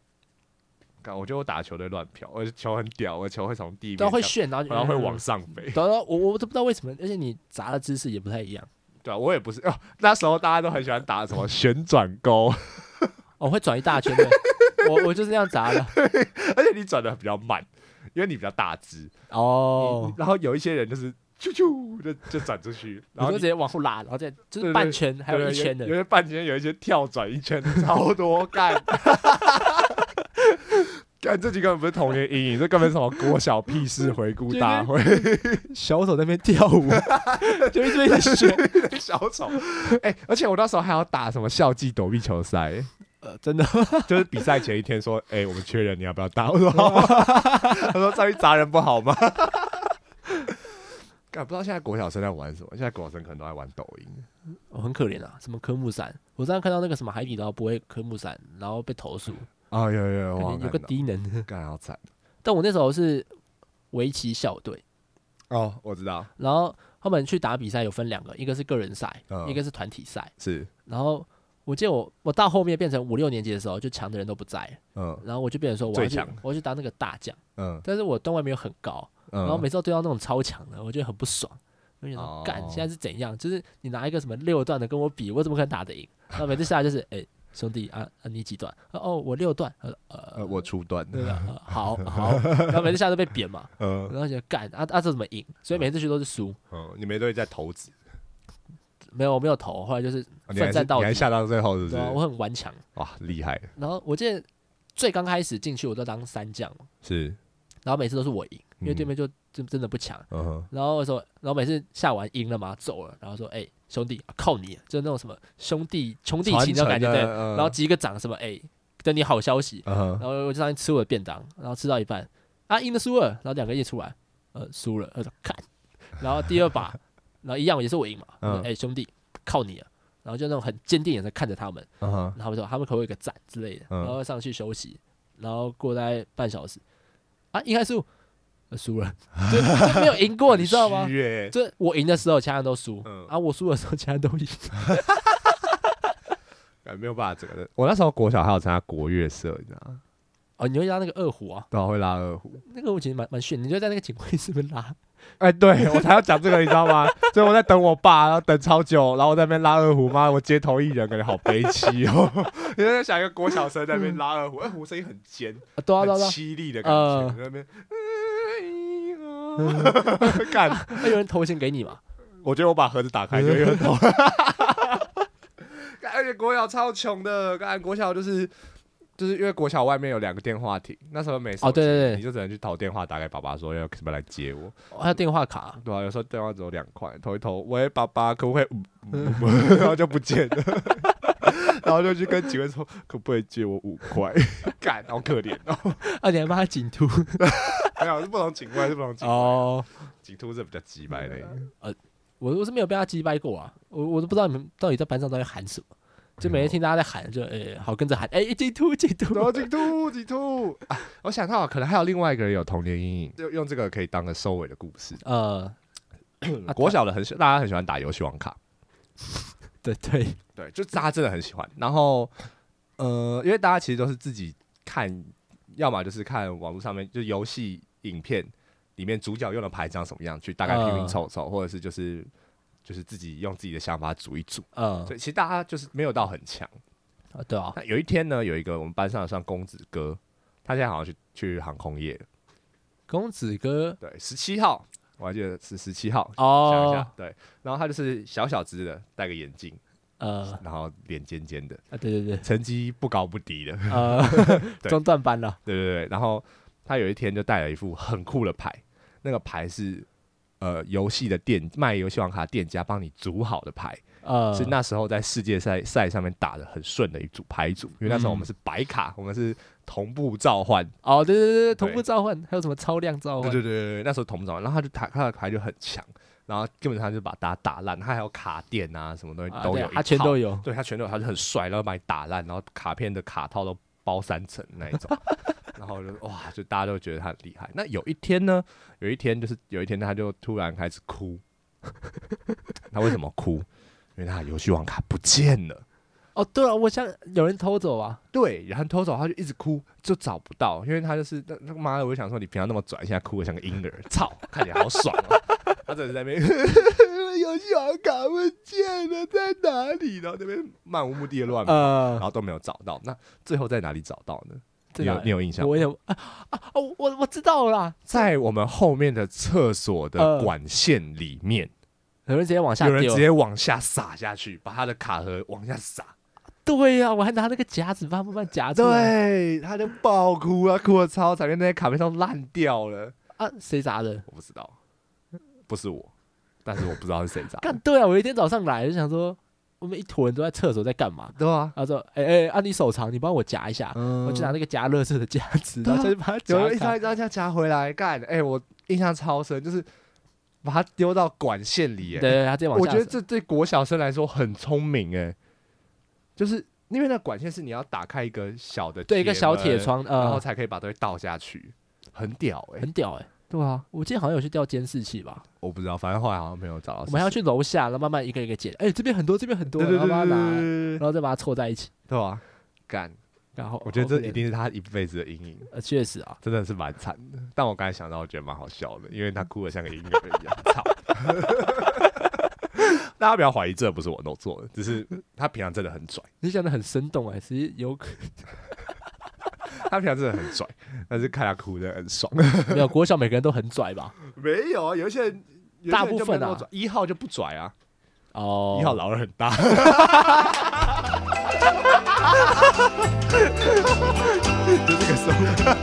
[SPEAKER 2] 干我觉得我打球都乱飘，我的球很屌，我的球会从地面
[SPEAKER 1] 都啊会
[SPEAKER 2] 这
[SPEAKER 1] 炫，然后
[SPEAKER 2] 样
[SPEAKER 1] 就嗯啊
[SPEAKER 2] 然后会往。上飞。
[SPEAKER 1] 然后我我都不知道为什么，而且你砸的姿势也不太一样，
[SPEAKER 2] 对啊，我也不是哦，那时候大家都很喜欢打什么旋转勾，
[SPEAKER 1] 哦，会转一大圈的。我我就是那样砸的。
[SPEAKER 2] 而且你转的比较慢，因为你比较大只。
[SPEAKER 1] 哦
[SPEAKER 2] 你，然后有一些人就是啾啾就就转出去，
[SPEAKER 1] 然
[SPEAKER 2] 然
[SPEAKER 1] 后
[SPEAKER 2] 后
[SPEAKER 1] 直
[SPEAKER 2] 你。
[SPEAKER 1] 接往后拉，然后再就
[SPEAKER 2] 对
[SPEAKER 1] 是
[SPEAKER 2] 对
[SPEAKER 1] 半圈，还有
[SPEAKER 2] 对
[SPEAKER 1] 一圈的
[SPEAKER 2] 有，有些半圈，有一些跳转一圈的，超多干。 干这几个不是童年阴影，这根本是什么国小屁事回顾大会。
[SPEAKER 1] 小手在那边跳舞， 就一直在学。
[SPEAKER 2] 小丑，哎、而且我那时候还要打什么校际躲避球赛，
[SPEAKER 1] 呃，真的，
[SPEAKER 2] 就是比赛前一天说，哎、我们缺人，你要不要打？我说 好啊，他说上去砸人不好吗？ 干不知道现在国小生在玩什么，现在国小生可能都在玩抖音。
[SPEAKER 1] 我、很可怜啊。什么科目三，我上次看到那个什么海底捞不会科目三，然后被投诉，
[SPEAKER 2] 啊、有有有，
[SPEAKER 1] 感
[SPEAKER 2] 我好
[SPEAKER 1] 觉哦
[SPEAKER 2] 像
[SPEAKER 1] 有个
[SPEAKER 2] 看到
[SPEAKER 1] 低能。
[SPEAKER 2] 干好惨。
[SPEAKER 1] 但我那时候是围棋校队，
[SPEAKER 2] 哦，我知道，
[SPEAKER 1] 然后他们去打比赛有分两个，一个是个人赛，
[SPEAKER 2] 嗯
[SPEAKER 1] 一个是团体赛。
[SPEAKER 2] 是，
[SPEAKER 1] 然后我记得我我到后面变成五六年级的时候，就强的人都不在了，
[SPEAKER 2] 嗯
[SPEAKER 1] 然后我就变成说我要去
[SPEAKER 2] 最强
[SPEAKER 1] 我要去当那个大将，
[SPEAKER 2] 嗯
[SPEAKER 1] 但是我段位没有很高，
[SPEAKER 2] 嗯，
[SPEAKER 1] 然后每次都对到那种超强的，我觉得很不爽。我就想
[SPEAKER 2] 哦
[SPEAKER 1] 说，干，现在是怎样？就是你拿一个什么六段的跟我比，我怎么可能打得赢？然后每次下来就是，哎、兄弟啊啊，你几段？啊哦，我六段。呃
[SPEAKER 2] 呃，
[SPEAKER 1] 呃，
[SPEAKER 2] 我初段
[SPEAKER 1] 对
[SPEAKER 2] 的，
[SPEAKER 1] 吧？呃好好，然后每次下来都被扁嘛，
[SPEAKER 2] 嗯
[SPEAKER 1] 然后觉得干啊啊，这怎么赢？所以每次去都是输，
[SPEAKER 2] 嗯，你没对在投掷，
[SPEAKER 1] 没有我没有投，后来就是
[SPEAKER 2] 哦你还
[SPEAKER 1] 奋
[SPEAKER 2] 是
[SPEAKER 1] 战到
[SPEAKER 2] 你还
[SPEAKER 1] 底，
[SPEAKER 2] 下到最后是不是
[SPEAKER 1] 对？啊，我很顽强。
[SPEAKER 2] 哇，厉害，
[SPEAKER 1] 然后我记得最刚开始进去我都当三将，
[SPEAKER 2] 是，
[SPEAKER 1] 然后每次都是我赢，因为对
[SPEAKER 2] 嗯
[SPEAKER 1] 面就真真的不强。
[SPEAKER 2] 嗯哼，
[SPEAKER 1] 然后说，然后每次下完赢了嘛，走了，然后说，哎、兄弟，靠你，啊就是那种什么兄弟兄弟情那种感觉，
[SPEAKER 2] 传承
[SPEAKER 1] 对。
[SPEAKER 2] 的嗯
[SPEAKER 1] 然后击个掌什么，哎、等你好消息。
[SPEAKER 2] 嗯哼
[SPEAKER 1] 然后我就上去吃我的呃便当，然后吃到一半，啊，赢了输了，然后两个一起出来，呃，输了，他说看，然后第二把，然后一样也是我赢嘛，我说
[SPEAKER 2] 嗯
[SPEAKER 1] 哎、兄弟，靠你了。啊然后就那种很坚定眼神看着他们，
[SPEAKER 2] 嗯哼，
[SPEAKER 1] 然后他们说他们可不可以有个赞之类的，
[SPEAKER 2] 嗯
[SPEAKER 1] 然后上去休息，然后过大概半小时，啊，一开始我呃输 了，就就没有赢过，你知道吗
[SPEAKER 2] 很？虚欸
[SPEAKER 1] 就我赢的时候，其他人都输，
[SPEAKER 2] 嗯
[SPEAKER 1] 啊，我输的时候，其他人都赢。
[SPEAKER 2] 哎没有办法，整个人。我那时候国小还有参加国乐社，你知道吗？
[SPEAKER 1] 哦，你会拉那个二胡啊？
[SPEAKER 2] 对啊，会拉二胡。
[SPEAKER 1] 那个我其实蛮蛮炫，你就在那个警卫室边拉，啊
[SPEAKER 2] 哎、对我才要讲这个，你知道吗？所以我在等我爸，然后等超久，然后我在那边拉二胡，妈，我街头艺人感觉好悲戚哦。 你在想一个国小生在那边拉二胡，二胡声音很尖，
[SPEAKER 1] 啊对啊
[SPEAKER 2] 很
[SPEAKER 1] 对啊对啊
[SPEAKER 2] 凄厉的感觉，
[SPEAKER 1] 呃
[SPEAKER 2] 在那边。 干，
[SPEAKER 1] 啊，有人投钱给你嘛？
[SPEAKER 2] 我觉得我把盒子打开就 有头。干而且国小超穷的，干国小就是就是因为国小外面有两个电话亭，那时候没手
[SPEAKER 1] 哦对
[SPEAKER 2] 机
[SPEAKER 1] 对对
[SPEAKER 2] 你就只能去讨电话打给爸爸说要什么来接我。
[SPEAKER 1] 哦还有电话卡，
[SPEAKER 2] 对啊，有时候电话只有两块，投一投，喂，爸爸，可不可以？嗯嗯 嗯然后就不见了， 然后就去跟警卫说，可不可以借我五块？ 干，好可怜哦。
[SPEAKER 1] 啊，你还帮他警图
[SPEAKER 2] 没有，是不同警卫，是不同警 卫。
[SPEAKER 1] 哦。
[SPEAKER 2] 警兔是比较鸡掰的，
[SPEAKER 1] 我我是没有被他击败过啊，我我都不知道你们到底在班上到底喊什么，就每天听大家在喊，就诶、好跟着喊，诶、警图警图
[SPEAKER 2] 然，后警兔，警兔、啊，我想到可能还有另外一个人有童年阴影，就用这个可以当个收尾的故事。
[SPEAKER 1] 呃，啊
[SPEAKER 2] 国小的很喜，大家很喜欢打游戏王卡，
[SPEAKER 1] 对对，
[SPEAKER 2] 对，就大家真的很喜欢。然后，呃，因为大家其实都是自己看，要么就是看网络上面就游戏影片里面主角用的牌长什么样，去大概拼拼
[SPEAKER 1] 嗯
[SPEAKER 2] 凑凑，或者是就是就是自己用自己的想法组一组。
[SPEAKER 1] 呃
[SPEAKER 2] 所，以其实大家就是没有到很强。
[SPEAKER 1] 啊对啊，
[SPEAKER 2] 那有一天呢，有一个我们班上算公子哥，他现在好像去去航空业了。
[SPEAKER 1] 公子哥
[SPEAKER 2] 对，十七号，我还记得是十七号。想一
[SPEAKER 1] 哦
[SPEAKER 2] 下，，对，然后他就是小小只的，戴个眼镜，
[SPEAKER 1] 呃，
[SPEAKER 2] 然后脸尖尖的，
[SPEAKER 1] 啊对对 对，
[SPEAKER 2] 成绩不高不低的。，
[SPEAKER 1] 呃
[SPEAKER 2] 对
[SPEAKER 1] 中断班了，
[SPEAKER 2] 对对对，然后他有一天就带了一副很酷的牌，那个牌是呃游戏的店卖游戏王卡店家帮你组好的牌，
[SPEAKER 1] 呃，
[SPEAKER 2] 是那时候在世界赛赛上面打的很顺的一组牌组，因为那时候我们是白卡，我们是同步召唤，
[SPEAKER 1] 哦对对对对，
[SPEAKER 2] 对
[SPEAKER 1] 同步召唤，还有什么超量召
[SPEAKER 2] 对
[SPEAKER 1] 唤，
[SPEAKER 2] 对对对，对那时候同步召唤，然后他就他他的牌就很强，然后基本上就把大家打烂，他还有卡垫啊什么东西
[SPEAKER 1] 啊
[SPEAKER 2] 都
[SPEAKER 1] 对
[SPEAKER 2] 有
[SPEAKER 1] 啊
[SPEAKER 2] 一套，
[SPEAKER 1] 他全都有，
[SPEAKER 2] 对他全都有，他就很帅，然后把你打烂，然后卡片的卡套都包三层那 一种，然后我就哇，就大家都觉得他很厉害。那有一天呢，有一天就是有一天他就突然开始哭， 他为什么哭？因为他的游戏王卡不见了。
[SPEAKER 1] 哦对啊，我想有人偷走啊，
[SPEAKER 2] 对，然后偷走，他就一直哭，就找不到，因为他就是那那妈的，我就想说你平常那么拽，现在哭的像个婴儿，操，看起来好爽啊！他只是在那边 游戏王卡不见了，在哪里？然后那边漫无目的的乱跑
[SPEAKER 1] 呃
[SPEAKER 2] 然，后都没有找到。那最后在哪里找到呢？
[SPEAKER 1] 在
[SPEAKER 2] 你
[SPEAKER 1] 哪
[SPEAKER 2] 有
[SPEAKER 1] 里
[SPEAKER 2] 你有印象吗？
[SPEAKER 1] 我有啊啊，我我我知道了啦，
[SPEAKER 2] 在我们后面的厕所的
[SPEAKER 1] 呃
[SPEAKER 2] 管线里面，
[SPEAKER 1] 有人直接往下
[SPEAKER 2] 有人
[SPEAKER 1] 丢
[SPEAKER 2] 直，接往下撒下去，把他的卡盒往下撒。
[SPEAKER 1] 对呀、我还拿那个夹子把它慢慢夹出来。
[SPEAKER 2] 对，他就爆哭啊，哭的超惨，因为那些卡片都烂掉了。
[SPEAKER 1] 啊，谁砸的？
[SPEAKER 2] 我不知道，不是我，但是我不知道是谁砸的
[SPEAKER 1] 干对啊！我有一天早上来就想说，我们一坨人都在厕所在干嘛？
[SPEAKER 2] 对啊，
[SPEAKER 1] 他说：“哎、哎、啊你手长，你帮我夹一下。
[SPEAKER 2] 嗯
[SPEAKER 1] 我就拿那个夹乐色的夹子，
[SPEAKER 2] 对啊
[SPEAKER 1] 然后就把它夹
[SPEAKER 2] 有人一张
[SPEAKER 1] 开。
[SPEAKER 2] 一张这样夹回来干。哎，我印象超深，就是把它丢到管线
[SPEAKER 1] 对
[SPEAKER 2] 里。哎
[SPEAKER 1] 对，对他直接往下
[SPEAKER 2] 我
[SPEAKER 1] 走。
[SPEAKER 2] 觉得这对国小生来说很聪明哎、就是因为那管线是你要打开一个小的
[SPEAKER 1] 对一个小铁
[SPEAKER 2] 门，
[SPEAKER 1] 窗，
[SPEAKER 2] 然后
[SPEAKER 1] 呃，
[SPEAKER 2] 才可以把东西倒下去，很屌哎、
[SPEAKER 1] 很屌哎、
[SPEAKER 2] 对啊，
[SPEAKER 1] 我记得好像有去调监视器吧，
[SPEAKER 2] 我不知道，反正后来好像没有找到
[SPEAKER 1] 我
[SPEAKER 2] 哦是谁。
[SPEAKER 1] 们还要去楼下，然后慢慢一个一个捡。哎、这边很多，这边很多，
[SPEAKER 2] 对对
[SPEAKER 1] 然后把
[SPEAKER 2] 对
[SPEAKER 1] 它
[SPEAKER 2] 对
[SPEAKER 1] 拿，
[SPEAKER 2] 对对
[SPEAKER 1] 然后再把它凑在一起。
[SPEAKER 2] 对啊，干！
[SPEAKER 1] 然后
[SPEAKER 2] 我觉得这
[SPEAKER 1] 好可怜
[SPEAKER 2] 一定是他一辈子的阴影，
[SPEAKER 1] 呃，确实啊，
[SPEAKER 2] 真的是蛮惨的。但我刚才想到，我觉得蛮好笑的，因为他哭得像个婴儿 一样。操！大家不要怀疑，这不是我弄错的，只是他平常真的很拽。
[SPEAKER 1] 你讲的很生动哎、其实有
[SPEAKER 2] 他平常真的很拽，但是看他哭的很爽。
[SPEAKER 1] 没有国小每个人都很拽吧？
[SPEAKER 2] 没有啊，有一些人有一些
[SPEAKER 1] 大
[SPEAKER 2] 人
[SPEAKER 1] 部分啊
[SPEAKER 2] 就没有那么拽一号就不拽啊，
[SPEAKER 1] 哦，
[SPEAKER 2] 一号老二很 大。就这个时候。